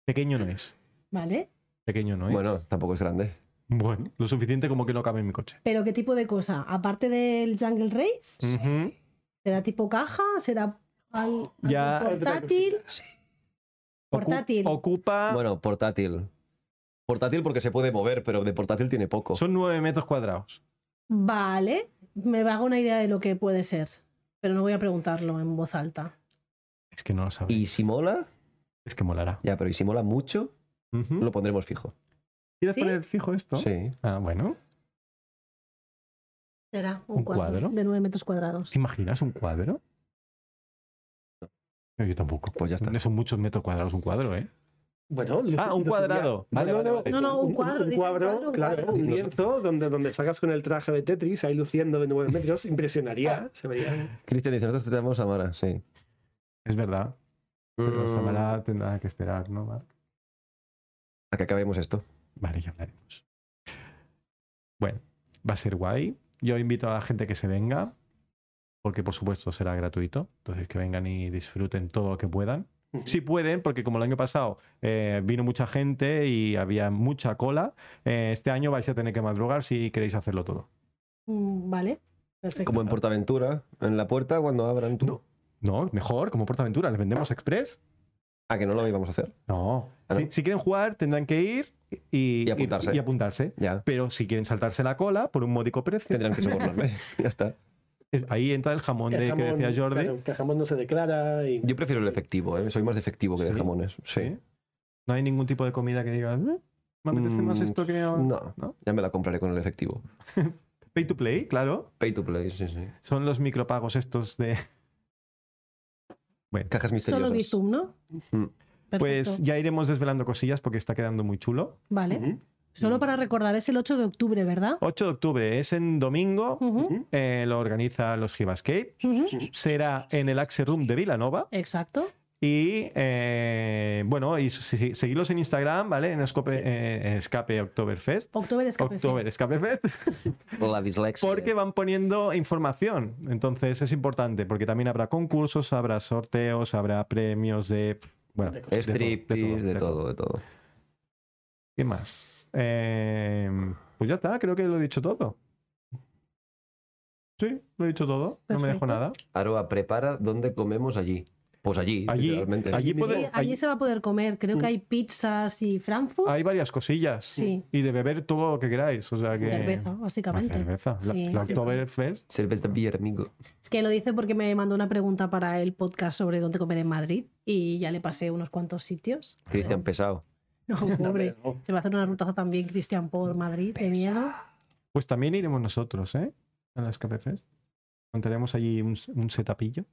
Speaker 2: Pequeño no es.
Speaker 4: Vale.
Speaker 2: Pequeño no es.
Speaker 3: Bueno, tampoco es grande.
Speaker 2: Bueno, lo suficiente como que no cabe en mi coche.
Speaker 4: Pero ¿qué tipo de cosa? Aparte del Jungle Race,
Speaker 2: Ujú.
Speaker 4: ¿será tipo caja? ¿Será al- algún
Speaker 2: Ya-
Speaker 4: portátil?
Speaker 2: Ocu-
Speaker 4: Portátil.
Speaker 2: Ocupa.
Speaker 3: Bueno, portátil. Portátil porque se puede mover, pero de portátil tiene poco.
Speaker 2: Son 9 metros cuadrados.
Speaker 4: Vale. Me hago una idea de lo que puede ser. Pero no voy a preguntarlo en voz alta.
Speaker 2: Es que no lo sabes.
Speaker 3: Y si mola,
Speaker 2: Es que molará.
Speaker 3: ya, pero y si mola mucho,
Speaker 2: Ujú.
Speaker 3: lo pondremos fijo.
Speaker 2: ¿Quieres
Speaker 4: ¿Sí?
Speaker 2: poner fijo esto?
Speaker 3: Sí.
Speaker 2: Ah, bueno.
Speaker 4: Será un,
Speaker 2: ¿Un
Speaker 4: cuadro,
Speaker 2: cuadro?
Speaker 4: de 9 metros cuadrados.
Speaker 2: ¿Te imaginas un cuadro? No, yo tampoco.
Speaker 3: Pues ya está.
Speaker 2: Son muchos metros cuadrados un cuadro, ¿eh?
Speaker 5: Bueno, lo-
Speaker 2: Ah, un
Speaker 5: lo tenía.
Speaker 2: cuadrado.
Speaker 5: No,
Speaker 2: Vale,
Speaker 5: no,
Speaker 2: vale,
Speaker 5: no.
Speaker 2: vale.
Speaker 4: No, no, un cuadro.
Speaker 5: Un
Speaker 4: dice,
Speaker 5: cuadro, claro,
Speaker 4: cuadro.
Speaker 5: un lienzo donde, donde salgas con el traje de Tetris, ahí luciendo de 9 metros, impresionaría, se vería.
Speaker 3: Cristian dice, nosotros tenemos a Mara, sí.
Speaker 2: Es verdad. Pero
Speaker 3: Mm.
Speaker 2: Samara tendrá que esperar, ¿no, Marc?
Speaker 3: A que acabemos esto.
Speaker 2: Vale, ya hablaremos. Bueno, va a ser guay. Yo invito a la gente que se venga, porque por supuesto será gratuito. Entonces que vengan y disfruten todo lo que puedan.
Speaker 5: Ujú.
Speaker 2: Si pueden, porque como el año pasado eh, vino mucha gente y había mucha cola, eh, este año vais a tener que madrugar si queréis hacerlo todo.
Speaker 4: Mm, Vale. Perfecto.
Speaker 3: Como en Portaventura, en la puerta cuando abran tú.
Speaker 2: No. No, mejor, como PortAventura, ¿les vendemos Express?
Speaker 3: A que no lo íbamos a hacer.
Speaker 2: No.
Speaker 3: Ah,
Speaker 2: Si,
Speaker 3: no.
Speaker 2: si quieren jugar, tendrán que ir y,
Speaker 3: Y apuntarse.
Speaker 2: y- y apuntarse.
Speaker 3: Ya.
Speaker 2: Pero si quieren saltarse la cola por un módico precio,
Speaker 3: Tendrán que sobornarme. ya está.
Speaker 2: Es- Ahí entra el jamón de
Speaker 5: El
Speaker 2: que
Speaker 5: jamón,
Speaker 2: decía Jordi.
Speaker 5: claro, que el jamón no se declara y
Speaker 3: Yo prefiero el efectivo, ¿eh? soy más de efectivo que de
Speaker 2: ¿Sí?
Speaker 3: jamones. Sí.
Speaker 2: ¿Sí? ¿Eh? No hay ningún tipo de comida que diga, "Eh, me apetece más
Speaker 3: Mm,
Speaker 2: esto que.
Speaker 3: No,
Speaker 2: ¿No?
Speaker 3: ya me la compraré con el efectivo.
Speaker 2: Pay to play, claro.
Speaker 3: Pay to play, sí, sí.
Speaker 2: Son los micropagos estos de.
Speaker 3: Cajas misteriosas.
Speaker 4: Solo Bizum, ¿no?
Speaker 3: Mm.
Speaker 4: Perfecto.
Speaker 2: Pues ya iremos desvelando cosillas porque está quedando muy chulo.
Speaker 4: Vale.
Speaker 5: Ujú.
Speaker 4: Solo para recordar, es el 8 de octubre, ¿verdad?
Speaker 2: 8 de octubre es en domingo.
Speaker 4: Ujú,
Speaker 2: eh, lo organiza los Givascape.
Speaker 4: ujú.
Speaker 2: Será en el Axe Room de Vilanova.
Speaker 4: Exacto.
Speaker 2: Y eh, bueno, y si- si- seguidlos en Instagram, ¿vale? En Escape, eh, Escape Oktoberfest.
Speaker 4: October Escape
Speaker 2: Oktober
Speaker 4: Fest.
Speaker 2: Escape Fest.
Speaker 3: La dislexia.
Speaker 2: Porque van poniendo información. Entonces es importante, porque también habrá concursos, habrá sorteos, habrá premios de. Bueno, de todo, de
Speaker 3: Striptease, de todo, de todo.
Speaker 2: ¿Qué más? Eh, pues ya está, creo que lo he dicho todo. Sí, lo he dicho todo. No me dejo
Speaker 4: Perfecto.
Speaker 2: nada.
Speaker 3: Aroa, prepara dónde comemos allí. Pues allí,
Speaker 2: Allí,
Speaker 3: literalmente.
Speaker 2: allí
Speaker 4: Sí,
Speaker 2: puede-
Speaker 4: allí se va a poder comer. Creo que hay pizzas y Frankfurt.
Speaker 2: Hay varias cosillas.
Speaker 4: Sí.
Speaker 2: Y de beber todo lo que queráis. O sea que.
Speaker 4: Cerveza,
Speaker 2: La
Speaker 4: básicamente.
Speaker 2: cerveza. La-
Speaker 4: Sí,
Speaker 2: la
Speaker 4: sí.
Speaker 2: Oktoberfest.
Speaker 3: Cerveza beer, amigo.
Speaker 4: Es que lo dice porque me mandó una pregunta para el podcast sobre dónde comer en Madrid y ya le pasé unos cuantos sitios.
Speaker 2: Ah.
Speaker 3: Cristian pesado.
Speaker 4: No, pobre. Se va a hacer una rutaza también, Cristian, por Madrid, de miedo.
Speaker 2: Pues también iremos nosotros, ¿eh? A las Escape Fest. Montaremos allí un, un setapillo.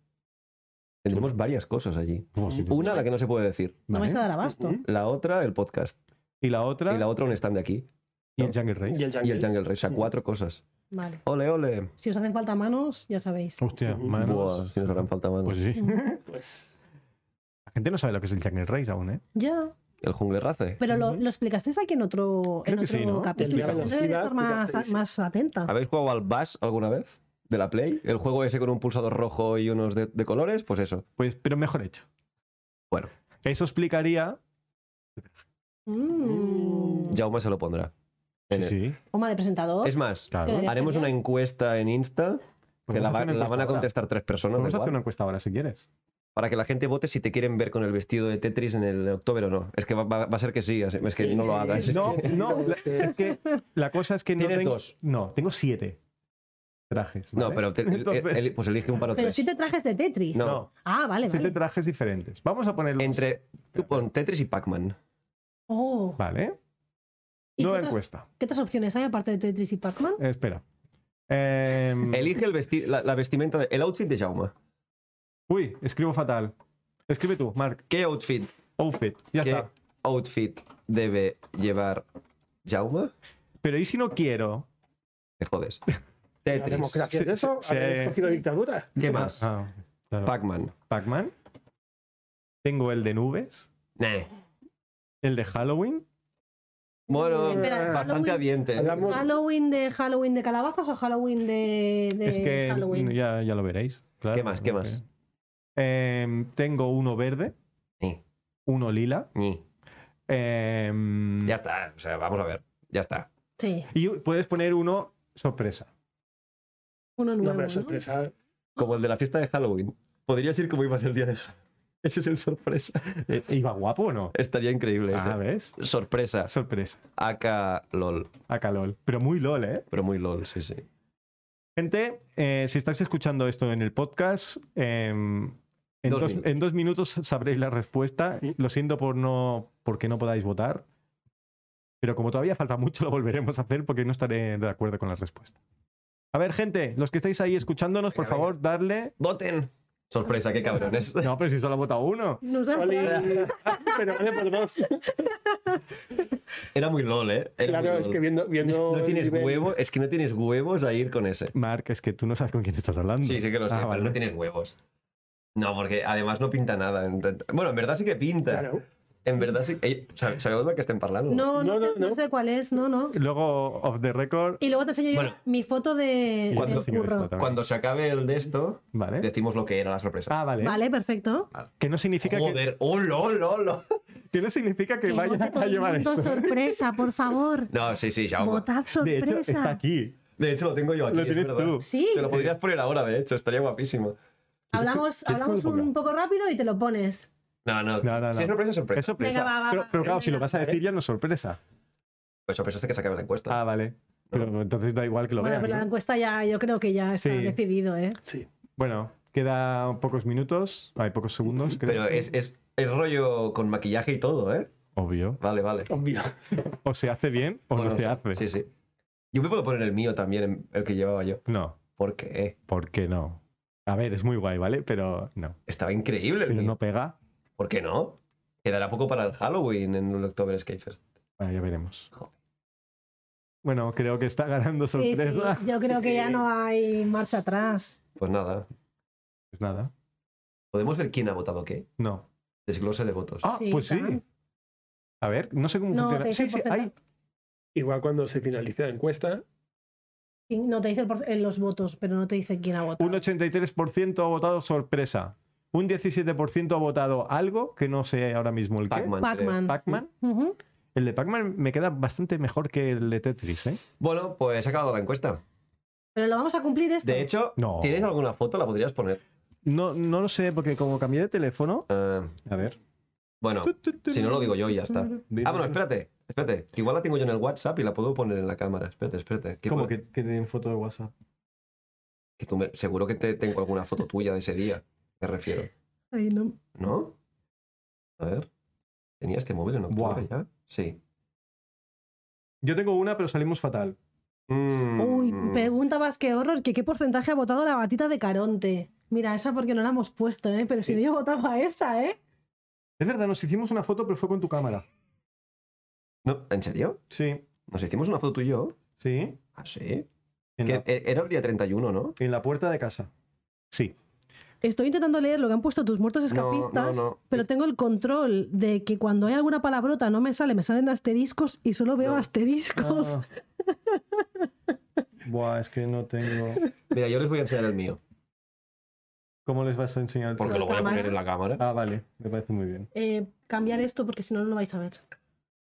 Speaker 3: Tendremos varias cosas allí. Una, la que no se puede decir.
Speaker 4: No vais a
Speaker 2: Vale.
Speaker 4: dar abasto.
Speaker 5: Ujú.
Speaker 3: La otra, el podcast.
Speaker 2: Y la otra.
Speaker 3: Y la otra, un stand de aquí.
Speaker 2: Y el Jungle Race.
Speaker 5: Y el
Speaker 3: Y el
Speaker 5: jungle.
Speaker 3: Jungle Race. O
Speaker 2: Mm.
Speaker 3: sea, cuatro cosas.
Speaker 4: Vale.
Speaker 3: Ole, ole.
Speaker 4: Si os hacen falta manos, ya sabéis.
Speaker 2: Hostia,
Speaker 5: Ujú.
Speaker 2: manos.
Speaker 3: Buah, si nos harán falta manos.
Speaker 2: Pues sí.
Speaker 5: Pues
Speaker 2: La gente no sabe lo que es el Jungle Race aún, ¿eh?
Speaker 4: Ya.
Speaker 3: El Jungle Race.
Speaker 4: Pero lo, lo explicasteis aquí en otro,
Speaker 2: Creo
Speaker 4: en
Speaker 2: que
Speaker 4: otro
Speaker 2: sí, ¿no?
Speaker 4: capítulo.
Speaker 2: Explicamos.
Speaker 4: Yo debería estar más,
Speaker 5: Explicasteis.
Speaker 4: más atenta.
Speaker 3: ¿Habéis jugado al Bass alguna vez? ¿De la Play? El juego ese con un pulsador rojo y unos de, de colores, pues eso.
Speaker 2: Pues, pero mejor hecho.
Speaker 3: Bueno.
Speaker 2: Eso explicaría.
Speaker 4: Mm.
Speaker 3: Jaume se lo pondrá.
Speaker 2: Sí,
Speaker 3: En el-
Speaker 2: sí,
Speaker 4: Oma de presentador.
Speaker 3: Es más,
Speaker 2: claro.
Speaker 4: Quedaría
Speaker 3: haremos
Speaker 4: genial.
Speaker 3: una encuesta en Insta Que
Speaker 2: Podemos
Speaker 3: la, va-
Speaker 2: hacer una
Speaker 3: la
Speaker 2: encuesta
Speaker 3: van a
Speaker 2: ahora.
Speaker 3: contestar tres personas. da
Speaker 2: Podemos hacer
Speaker 3: igual.
Speaker 2: una encuesta ahora si quieres.
Speaker 3: Para que la gente vote si te quieren ver con el vestido de Tetris en el octubre o no. Es que va, va- va a ser que sí, así- es que
Speaker 5: Sí. este,
Speaker 3: no lo hagas.
Speaker 2: No, no, la- es que la cosa es que no
Speaker 3: Tienes
Speaker 2: tengo.
Speaker 3: dos.
Speaker 2: No, tengo siete trajes.
Speaker 3: No,
Speaker 2: ¿vale?
Speaker 3: pero te- el- el-
Speaker 2: Entonces-
Speaker 3: el- pues elige un par o
Speaker 4: Pero
Speaker 3: tres.
Speaker 4: siete trajes de Tetris.
Speaker 3: No.
Speaker 2: No,
Speaker 4: Ah, vale,
Speaker 2: siete
Speaker 4: vale.
Speaker 2: trajes diferentes. Vamos a ponerlos.
Speaker 3: Entre tú pon Tetris y Pac-Man.
Speaker 4: Oh.
Speaker 2: Vale.
Speaker 4: ¿Y
Speaker 2: Nueva
Speaker 4: qué, otras,
Speaker 2: encuesta.
Speaker 4: qué otras opciones hay aparte de Tetris y Pac-Man?
Speaker 2: Eh, espera. Em,
Speaker 3: Elige el vesti- la, la vestimenta, de- el outfit de Jauma.
Speaker 2: Uy, escribo fatal. Escribe tú, Mark.
Speaker 3: ¿Qué outfit,
Speaker 2: Outfit. Ya
Speaker 3: qué
Speaker 2: está.
Speaker 3: outfit debe llevar Jauma?
Speaker 2: Pero ¿y si no quiero?
Speaker 3: Te jodes.
Speaker 5: ¿La
Speaker 3: Tetris.
Speaker 5: democracia es
Speaker 2: Sí,
Speaker 5: eso?
Speaker 2: sí,
Speaker 5: ¿Habéis
Speaker 2: sí.
Speaker 5: cogido dictadura?
Speaker 3: ¿Qué más?
Speaker 2: Ah, claro.
Speaker 3: Pac-Man.
Speaker 2: Pac-Man. Tengo el de nubes.
Speaker 3: Nah.
Speaker 2: El de Halloween.
Speaker 3: Bueno,
Speaker 4: Espera, Halloween.
Speaker 3: bastante adiente.
Speaker 5: Hablamos-
Speaker 4: ¿Halloween de Halloween de calabazas o Halloween de, de
Speaker 2: es que
Speaker 4: Halloween?
Speaker 2: ya, ya lo veréis. claro,
Speaker 3: ¿Qué más? ¿Qué
Speaker 2: ok.
Speaker 3: más?
Speaker 2: Em, tengo uno verde,
Speaker 3: Ni,
Speaker 2: uno lila.
Speaker 3: ni.
Speaker 2: em,
Speaker 3: Ya está. O sea, vamos a ver. Ya está.
Speaker 4: Sí,
Speaker 2: Y puedes poner uno sorpresa.
Speaker 4: uno
Speaker 5: No,
Speaker 4: nuevo.
Speaker 5: pero
Speaker 4: ¿no?
Speaker 5: sorpresa.
Speaker 3: Como el de la fiesta de Halloween. Podrías ir como ibas el día de Halloween. Ese es el sorpresa.
Speaker 2: Eh, ¿Iba guapo o no?
Speaker 3: Estaría increíble. ese.
Speaker 2: Ah, ¿ves?
Speaker 3: Sorpresa.
Speaker 2: Sorpresa.
Speaker 3: Acá LOL.
Speaker 2: A calor. Pero muy lol, ¿eh?
Speaker 3: Pero muy LOL, sí, sí.
Speaker 2: Gente, eh, si estáis escuchando esto en el podcast, em, en,
Speaker 3: Dos
Speaker 2: dos,
Speaker 3: minutos.
Speaker 2: en dos minutos sabréis la respuesta. Lo siento por no, porque no podáis votar, pero como todavía falta mucho, lo volveremos a hacer porque no estaré de acuerdo con la respuesta. A ver, gente, los que estáis ahí escuchándonos, por
Speaker 3: Venga,
Speaker 2: favor, darle.
Speaker 3: ¡Voten! Sorpresa, qué cabrones.
Speaker 2: No, pero si solo ha votado uno.
Speaker 4: Nos da-
Speaker 5: Oli. Pero vale por dos.
Speaker 3: Era muy LOL, ¿eh? Era
Speaker 5: Claro,
Speaker 3: muy
Speaker 5: es
Speaker 3: lol.
Speaker 5: que viendo. viendo
Speaker 3: No
Speaker 5: el
Speaker 3: tienes
Speaker 5: nivel-
Speaker 3: huevos, es que no tienes huevos a ir con ese.
Speaker 2: Marc, es que tú no sabes con quién estás
Speaker 5: Mm.
Speaker 2: hablando.
Speaker 3: Sí, sí que lo sé,
Speaker 2: Ah,
Speaker 3: pero
Speaker 2: vale.
Speaker 3: no tienes huevos. No, porque además no pinta nada. En re- Bueno, en verdad sí que pinta.
Speaker 5: Claro.
Speaker 3: En verdad sí. Ey, ¿sab- ¿Sabemos de qué estén hablando?
Speaker 4: No, no,
Speaker 5: No, no,
Speaker 4: sé, no
Speaker 5: no.
Speaker 4: sé cuál es, no, no.
Speaker 2: Luego, off the record.
Speaker 4: Y luego te enseño yo
Speaker 3: Bueno.
Speaker 4: mi foto de,
Speaker 2: y
Speaker 3: Cuando-
Speaker 4: del
Speaker 2: sí que lo está
Speaker 4: curro.
Speaker 2: también.
Speaker 3: Cuando se acabe el de esto,
Speaker 5: ¿Eh?
Speaker 2: Vale.
Speaker 3: decimos lo que era la sorpresa.
Speaker 2: Ah, vale.
Speaker 4: Vale, perfecto.
Speaker 2: Que no significa que,
Speaker 3: Joder, oh, lol, lol, lol.
Speaker 2: que no significa que
Speaker 4: Que
Speaker 2: vaya
Speaker 4: vote todo
Speaker 2: a
Speaker 4: el
Speaker 2: llevar
Speaker 4: mundo
Speaker 2: esto.
Speaker 4: sorpresa, por favor.
Speaker 3: No, sí, sí, ya.
Speaker 4: Votad
Speaker 2: De hecho, está
Speaker 4: sorpresa.
Speaker 2: aquí.
Speaker 3: De hecho, lo tengo yo aquí.
Speaker 2: Lo
Speaker 3: es
Speaker 2: tienes
Speaker 3: verdad.
Speaker 2: tú.
Speaker 4: Sí,
Speaker 3: Te lo podrías poner ahora, de hecho, estaría guapísimo.
Speaker 4: hablamos,
Speaker 2: que lo
Speaker 4: hablamos
Speaker 2: ponga?
Speaker 4: un poco rápido y te lo pones.
Speaker 3: No, no,
Speaker 2: No, no,
Speaker 3: Si es
Speaker 2: no.
Speaker 3: sorpresa, es sorpresa.
Speaker 2: Es sorpresa.
Speaker 4: Venga, va, va,
Speaker 2: pero,
Speaker 4: va.
Speaker 2: pero claro, si lo
Speaker 4: Venga.
Speaker 2: vas a decir ya no es sorpresa.
Speaker 3: Pues sorpresa hasta que se acabe la encuesta.
Speaker 2: Ah, vale. Pero entonces da igual que lo
Speaker 4: Bueno,
Speaker 2: vean.
Speaker 4: pero la
Speaker 2: ¿no?
Speaker 4: encuesta ya, yo creo que ya está
Speaker 2: Sí.
Speaker 4: decidido, ¿eh?
Speaker 5: Sí.
Speaker 2: Bueno, queda pocos minutos. Hay pocos segundos, creo.
Speaker 3: Pero es, es, es rollo con maquillaje y todo, ¿eh?
Speaker 2: Obvio.
Speaker 3: Vale, vale.
Speaker 5: Obvio.
Speaker 2: O se hace bien o
Speaker 3: Bueno,
Speaker 2: no se hace.
Speaker 3: Sí, sí. Yo me puedo poner el mío también, el que llevaba yo.
Speaker 2: No,
Speaker 3: ¿Por qué?
Speaker 2: ¿por qué no? A ver, es muy guay, ¿vale? Pero no.
Speaker 3: Estaba increíble el
Speaker 2: Pero
Speaker 3: mío.
Speaker 2: no pega.
Speaker 3: ¿Por qué no? Quedará poco para el Halloween en el October Skate Fest.
Speaker 2: Bueno, Ah, ya veremos.
Speaker 3: Joder.
Speaker 2: Bueno, creo que está ganando
Speaker 4: Sí, sí,
Speaker 2: sorpresa.
Speaker 4: Yo creo que ya no hay marcha atrás.
Speaker 3: Pues nada.
Speaker 2: Pues nada.
Speaker 3: ¿Podemos ver quién ha votado qué?
Speaker 2: No.
Speaker 3: Desglose de votos.
Speaker 2: Ah,
Speaker 4: Sí,
Speaker 2: pues sí.
Speaker 4: claro.
Speaker 2: A ver, no sé cómo
Speaker 4: No, te
Speaker 2: funciona.
Speaker 4: dice
Speaker 2: Sí, sí,
Speaker 4: el
Speaker 2: ahí.
Speaker 5: Igual cuando se finalice la encuesta,
Speaker 4: Y No te dice el porce- en los votos, pero no te dice quién ha votado.
Speaker 2: Un 83% ha votado sorpresa. Un 17% ha votado algo que no sé ahora mismo el que.
Speaker 3: Pac-Man.
Speaker 4: Pac-Man.
Speaker 2: Pac-Man.
Speaker 4: Ujú.
Speaker 2: El de Pac-Man me queda bastante mejor que el de Tetris, ¿eh?
Speaker 3: Bueno, pues se ha acabado la encuesta.
Speaker 4: Pero lo vamos a cumplir esto.
Speaker 3: De hecho,
Speaker 2: No.
Speaker 3: ¿tienes alguna foto? La podrías poner.
Speaker 2: No, no lo sé, porque como cambié de teléfono.
Speaker 3: Ah,
Speaker 2: A ver.
Speaker 3: bueno, si no lo digo yo y ya está. Ah, bueno, espérate, espérate. que Igual la tengo yo en el WhatsApp y la puedo poner en la cámara. Espérate, espérate. ¿Qué
Speaker 2: Como
Speaker 3: puedo-
Speaker 2: que, que den foto de WhatsApp.
Speaker 3: que tú me- Seguro que te tengo alguna foto tuya de ese día, me refiero.
Speaker 4: Ay, no.
Speaker 3: ¿No? A ver. ¿Tenía este móvil en octubre
Speaker 2: Buah.
Speaker 3: ya? Sí.
Speaker 2: Yo tengo una, pero salimos fatal.
Speaker 3: Mm,
Speaker 4: Uy, pregunta más que horror, que qué porcentaje ha votado la batita de Caronte. Mira, esa porque no la hemos puesto, ¿eh? Pero si no yo votaba esa, ¿eh?
Speaker 2: Es verdad, nos hicimos una foto, pero fue con tu cámara.
Speaker 3: no, ¿En serio?
Speaker 2: Sí,
Speaker 3: ¿Nos hicimos una foto tú y yo?
Speaker 2: sí.
Speaker 3: Ah, sí.
Speaker 2: En,
Speaker 3: Que
Speaker 2: la,
Speaker 3: e- Era el día 31, ¿no?
Speaker 2: en la puerta de casa. Sí.
Speaker 4: Estoy intentando leer lo que han puesto tus muertos escapistas,
Speaker 3: no, no.
Speaker 4: pero tengo el control de que cuando hay alguna palabrota no me sale, me salen asteriscos y solo veo
Speaker 3: No. Ah.
Speaker 4: asteriscos.
Speaker 2: Ah. Buah, es que no tengo.
Speaker 3: Mira, yo les voy a enseñar el mío.
Speaker 2: ¿Cómo les vas a enseñar el
Speaker 3: Porque lo voy a
Speaker 4: cámara?
Speaker 3: poner en la cámara.
Speaker 2: Ah, vale, me parece muy bien.
Speaker 4: Eh, cambiar esto porque si no, no lo vais a ver.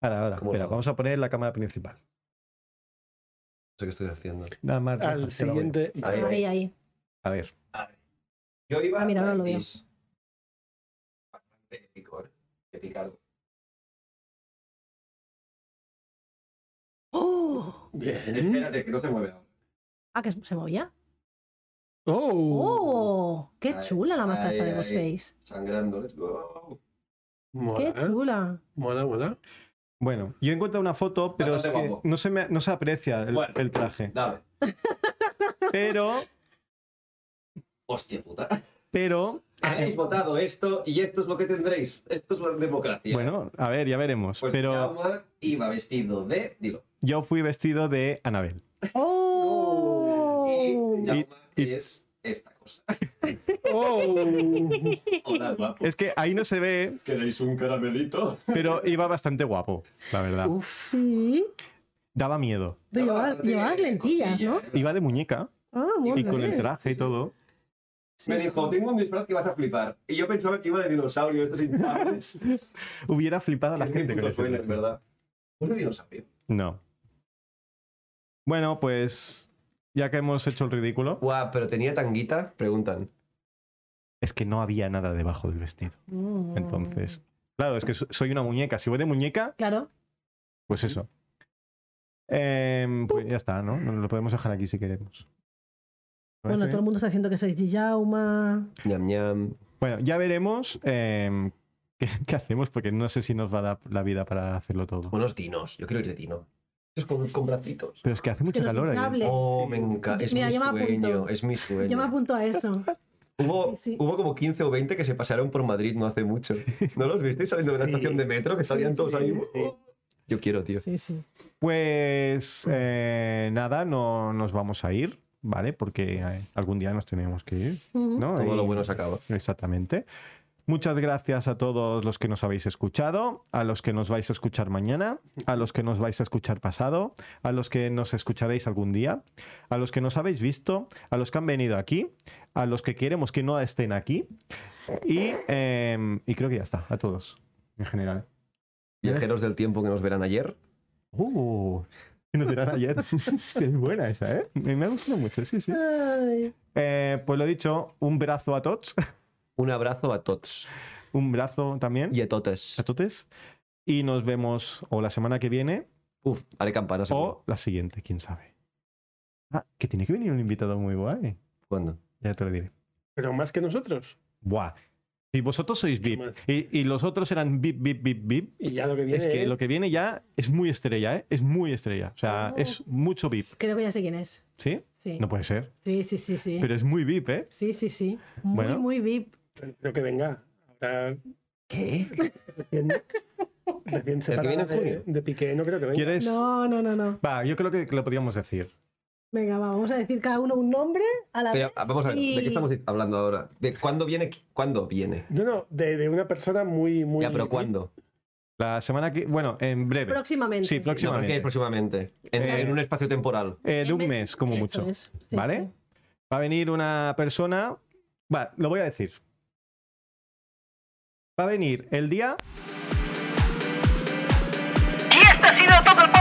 Speaker 2: Ahora, ahora,
Speaker 3: ¿Cómo
Speaker 2: espera,
Speaker 3: lo hago?
Speaker 2: vamos a poner la cámara principal.
Speaker 3: No sé qué estoy haciendo.
Speaker 2: Nada más.
Speaker 5: al
Speaker 2: deja, que la voy a-
Speaker 5: siguiente.
Speaker 3: Ahí,
Speaker 4: Ahí,
Speaker 3: ahí.
Speaker 4: ahí.
Speaker 2: A ver.
Speaker 3: Yo iba
Speaker 4: Ah, mira, ahora lo veo.
Speaker 3: gratis. Bastante épico, ¿eh? Épico algo.
Speaker 4: ¡Oh!
Speaker 5: Bien.
Speaker 3: Espérate, que no se mueve aún.
Speaker 4: Ah, que se movía.
Speaker 5: ¡Oh!
Speaker 4: ¡Oh! ¡Qué
Speaker 3: Uh. Ahí,
Speaker 4: chula la máscara esta de
Speaker 3: ahí, ahí.
Speaker 4: Ghostface!
Speaker 3: Sangrando. ¿eh? let's go.
Speaker 5: Mola,
Speaker 4: ¡Qué
Speaker 3: ¿eh?
Speaker 4: chula!
Speaker 5: mola, mola.
Speaker 2: Bueno, yo he encontrado una foto, pero es
Speaker 3: Bastante
Speaker 2: que
Speaker 3: guapo.
Speaker 2: no se, me, no se aprecia el,
Speaker 3: Bueno.
Speaker 2: el traje.
Speaker 3: Dale.
Speaker 2: Pero,
Speaker 3: Hostia puta.
Speaker 2: pero,
Speaker 3: Habéis votado esto y esto es lo que tendréis. Esto es la democracia.
Speaker 2: bueno, a ver, ya veremos.
Speaker 3: pues
Speaker 2: pero
Speaker 3: Jaume iba vestido de. Dilo.
Speaker 2: yo fui vestido de Anabel.
Speaker 3: Y
Speaker 4: ¡Oh!
Speaker 3: Jaume
Speaker 2: y-
Speaker 3: es esta cosa.
Speaker 5: ¡Oh!
Speaker 3: Hola, guapo.
Speaker 2: Es que ahí no se ve,
Speaker 3: ¿Queréis un caramelito?
Speaker 2: pero iba bastante guapo, la verdad.
Speaker 4: Sí.
Speaker 2: Daba miedo.
Speaker 4: Pero
Speaker 3: Llevaba
Speaker 4: llevabas,
Speaker 3: bastante
Speaker 4: llevabas lentillas,
Speaker 3: cosilla,
Speaker 4: ¿no?
Speaker 3: ¿eh?
Speaker 2: Iba de muñeca
Speaker 4: Ah, bueno.
Speaker 2: y con el
Speaker 4: bien.
Speaker 2: traje y todo.
Speaker 4: Sí,
Speaker 3: Me
Speaker 4: sí.
Speaker 3: dijo, tengo un disfraz que vas a flipar. Y yo pensaba que iba de dinosaurio, estos hinchables.
Speaker 2: Hubiera flipado a la
Speaker 3: Es mi
Speaker 2: gente con
Speaker 3: puto
Speaker 2: ese
Speaker 3: sueño,
Speaker 2: traje.
Speaker 3: en verdad. Un dinosaurio.
Speaker 2: No. Bueno, pues ya que hemos hecho el ridículo,
Speaker 3: Guau, pero tenía tanguita, preguntan.
Speaker 2: es que no había nada debajo del vestido.
Speaker 4: Mm.
Speaker 2: Entonces, claro, es que so- soy una muñeca. Si voy de muñeca,
Speaker 4: Claro.
Speaker 2: pues eso. Em, pues ya está, ¿no? Lo podemos dejar aquí si queremos.
Speaker 4: Bueno, todo el mundo está diciendo que soy Gillauma.
Speaker 3: Ñam ñam.
Speaker 2: Bueno, ya veremos em, qué, qué hacemos, porque no sé si nos va a dar la vida para hacerlo todo.
Speaker 3: Unos dinos. Yo quiero ir de dino. Es con, con bracitos.
Speaker 2: Pero es que hace mucho
Speaker 4: los
Speaker 2: calor ahí.
Speaker 4: inflables.
Speaker 3: Oh, me encanta. Es
Speaker 4: Mira,
Speaker 3: mi
Speaker 4: yo me
Speaker 3: sueño.
Speaker 4: apunto.
Speaker 3: Es mi sueño.
Speaker 4: Yo me apunto a eso.
Speaker 3: Hubo,
Speaker 4: Sí.
Speaker 3: hubo como 15 o 20 que se pasaron por Madrid no hace mucho. ¿No los visteis saliendo de la
Speaker 5: Sí.
Speaker 3: estación de metro? Que salían
Speaker 4: sí,
Speaker 3: todos ahí. ¡Oh!
Speaker 5: sí, sí.
Speaker 3: Yo quiero, tío.
Speaker 4: Sí, sí.
Speaker 2: Pues eh, nada, no nos vamos a ir, ¿vale? Porque eh, algún día nos tenemos que ir,
Speaker 4: Ujú.
Speaker 2: ¿no?
Speaker 3: Todo
Speaker 2: Y-
Speaker 3: lo bueno se acaba.
Speaker 2: Exactamente. Muchas gracias a todos los que nos habéis escuchado, a los que nos vais a escuchar mañana, a los que nos vais a escuchar pasado, a los que nos escucharéis algún día, a los que nos habéis visto, a los que han venido aquí, a los que queremos que no estén aquí y, em, y creo que ya está, a todos en general.
Speaker 3: Viajeros del tiempo que nos verán ayer.
Speaker 2: ¡Uh! Que nos dirán ayer. Hostia, es buena esa, ¿eh? Me ha gustado mucho, sí, sí.
Speaker 4: Ay.
Speaker 2: Eh, pues lo dicho, un brazo a tots,
Speaker 3: Un abrazo a tots
Speaker 2: un brazo también.
Speaker 3: y a totes.
Speaker 2: a totes. Y nos vemos o la semana que viene
Speaker 3: Uf, haré campanas.
Speaker 2: o la siguiente, quién sabe. Ah, que tiene que venir un invitado muy guay.
Speaker 3: ¿Cuándo?
Speaker 2: Ya te lo diré.
Speaker 5: Pero más que nosotros.
Speaker 2: Buah. Y vosotros sois VIP.
Speaker 5: Más.
Speaker 2: Y, y los otros eran VIP, VIP, VIP, VIP.
Speaker 5: Y ya lo que viene
Speaker 2: Es que lo que viene ya es muy estrella, ¿eh? Es muy estrella. O sea,
Speaker 4: Oh.
Speaker 2: es mucho VIP.
Speaker 4: Creo que ya sé quién es.
Speaker 2: ¿Sí?
Speaker 4: Sí.
Speaker 2: No puede ser.
Speaker 4: Sí, sí, sí, sí.
Speaker 2: Pero es muy VIP, ¿eh?
Speaker 4: Sí, sí, sí. Muy,
Speaker 2: Bueno.
Speaker 4: muy VIP. Pues
Speaker 5: Pero que venga. Ahora
Speaker 3: ¿Qué?
Speaker 5: recién, recién
Speaker 3: viene en
Speaker 5: separado de,
Speaker 3: junio.
Speaker 5: de Piqué, no creo que venga.
Speaker 2: ¿Quieres?
Speaker 4: No, no, no, no.
Speaker 2: Va, yo creo que lo podíamos decir.
Speaker 4: Venga, va, vamos a decir cada uno un nombre a la
Speaker 3: Pero ah, vamos a ver, ¿de
Speaker 4: Y-
Speaker 3: qué estamos hablando ahora? ¿De cuándo viene? ¿Cuándo viene?
Speaker 5: No, no, de, de una persona muy, muy.
Speaker 3: Ya, pero ¿cuándo?
Speaker 2: La semana que. Bueno, en breve.
Speaker 4: próximamente.
Speaker 2: Sí,
Speaker 3: No, pero ¿qué
Speaker 2: próximamente.
Speaker 3: es próximamente? En,
Speaker 2: Eh,
Speaker 3: en un espacio temporal.
Speaker 2: Eh, de un
Speaker 4: Eso
Speaker 2: mes, como
Speaker 4: es,
Speaker 2: mucho.
Speaker 4: sí,
Speaker 2: ¿Vale?
Speaker 4: sí.
Speaker 2: Va a venir una persona. Va, lo voy a decir. Va a venir el día
Speaker 1: Y este ha sido todo el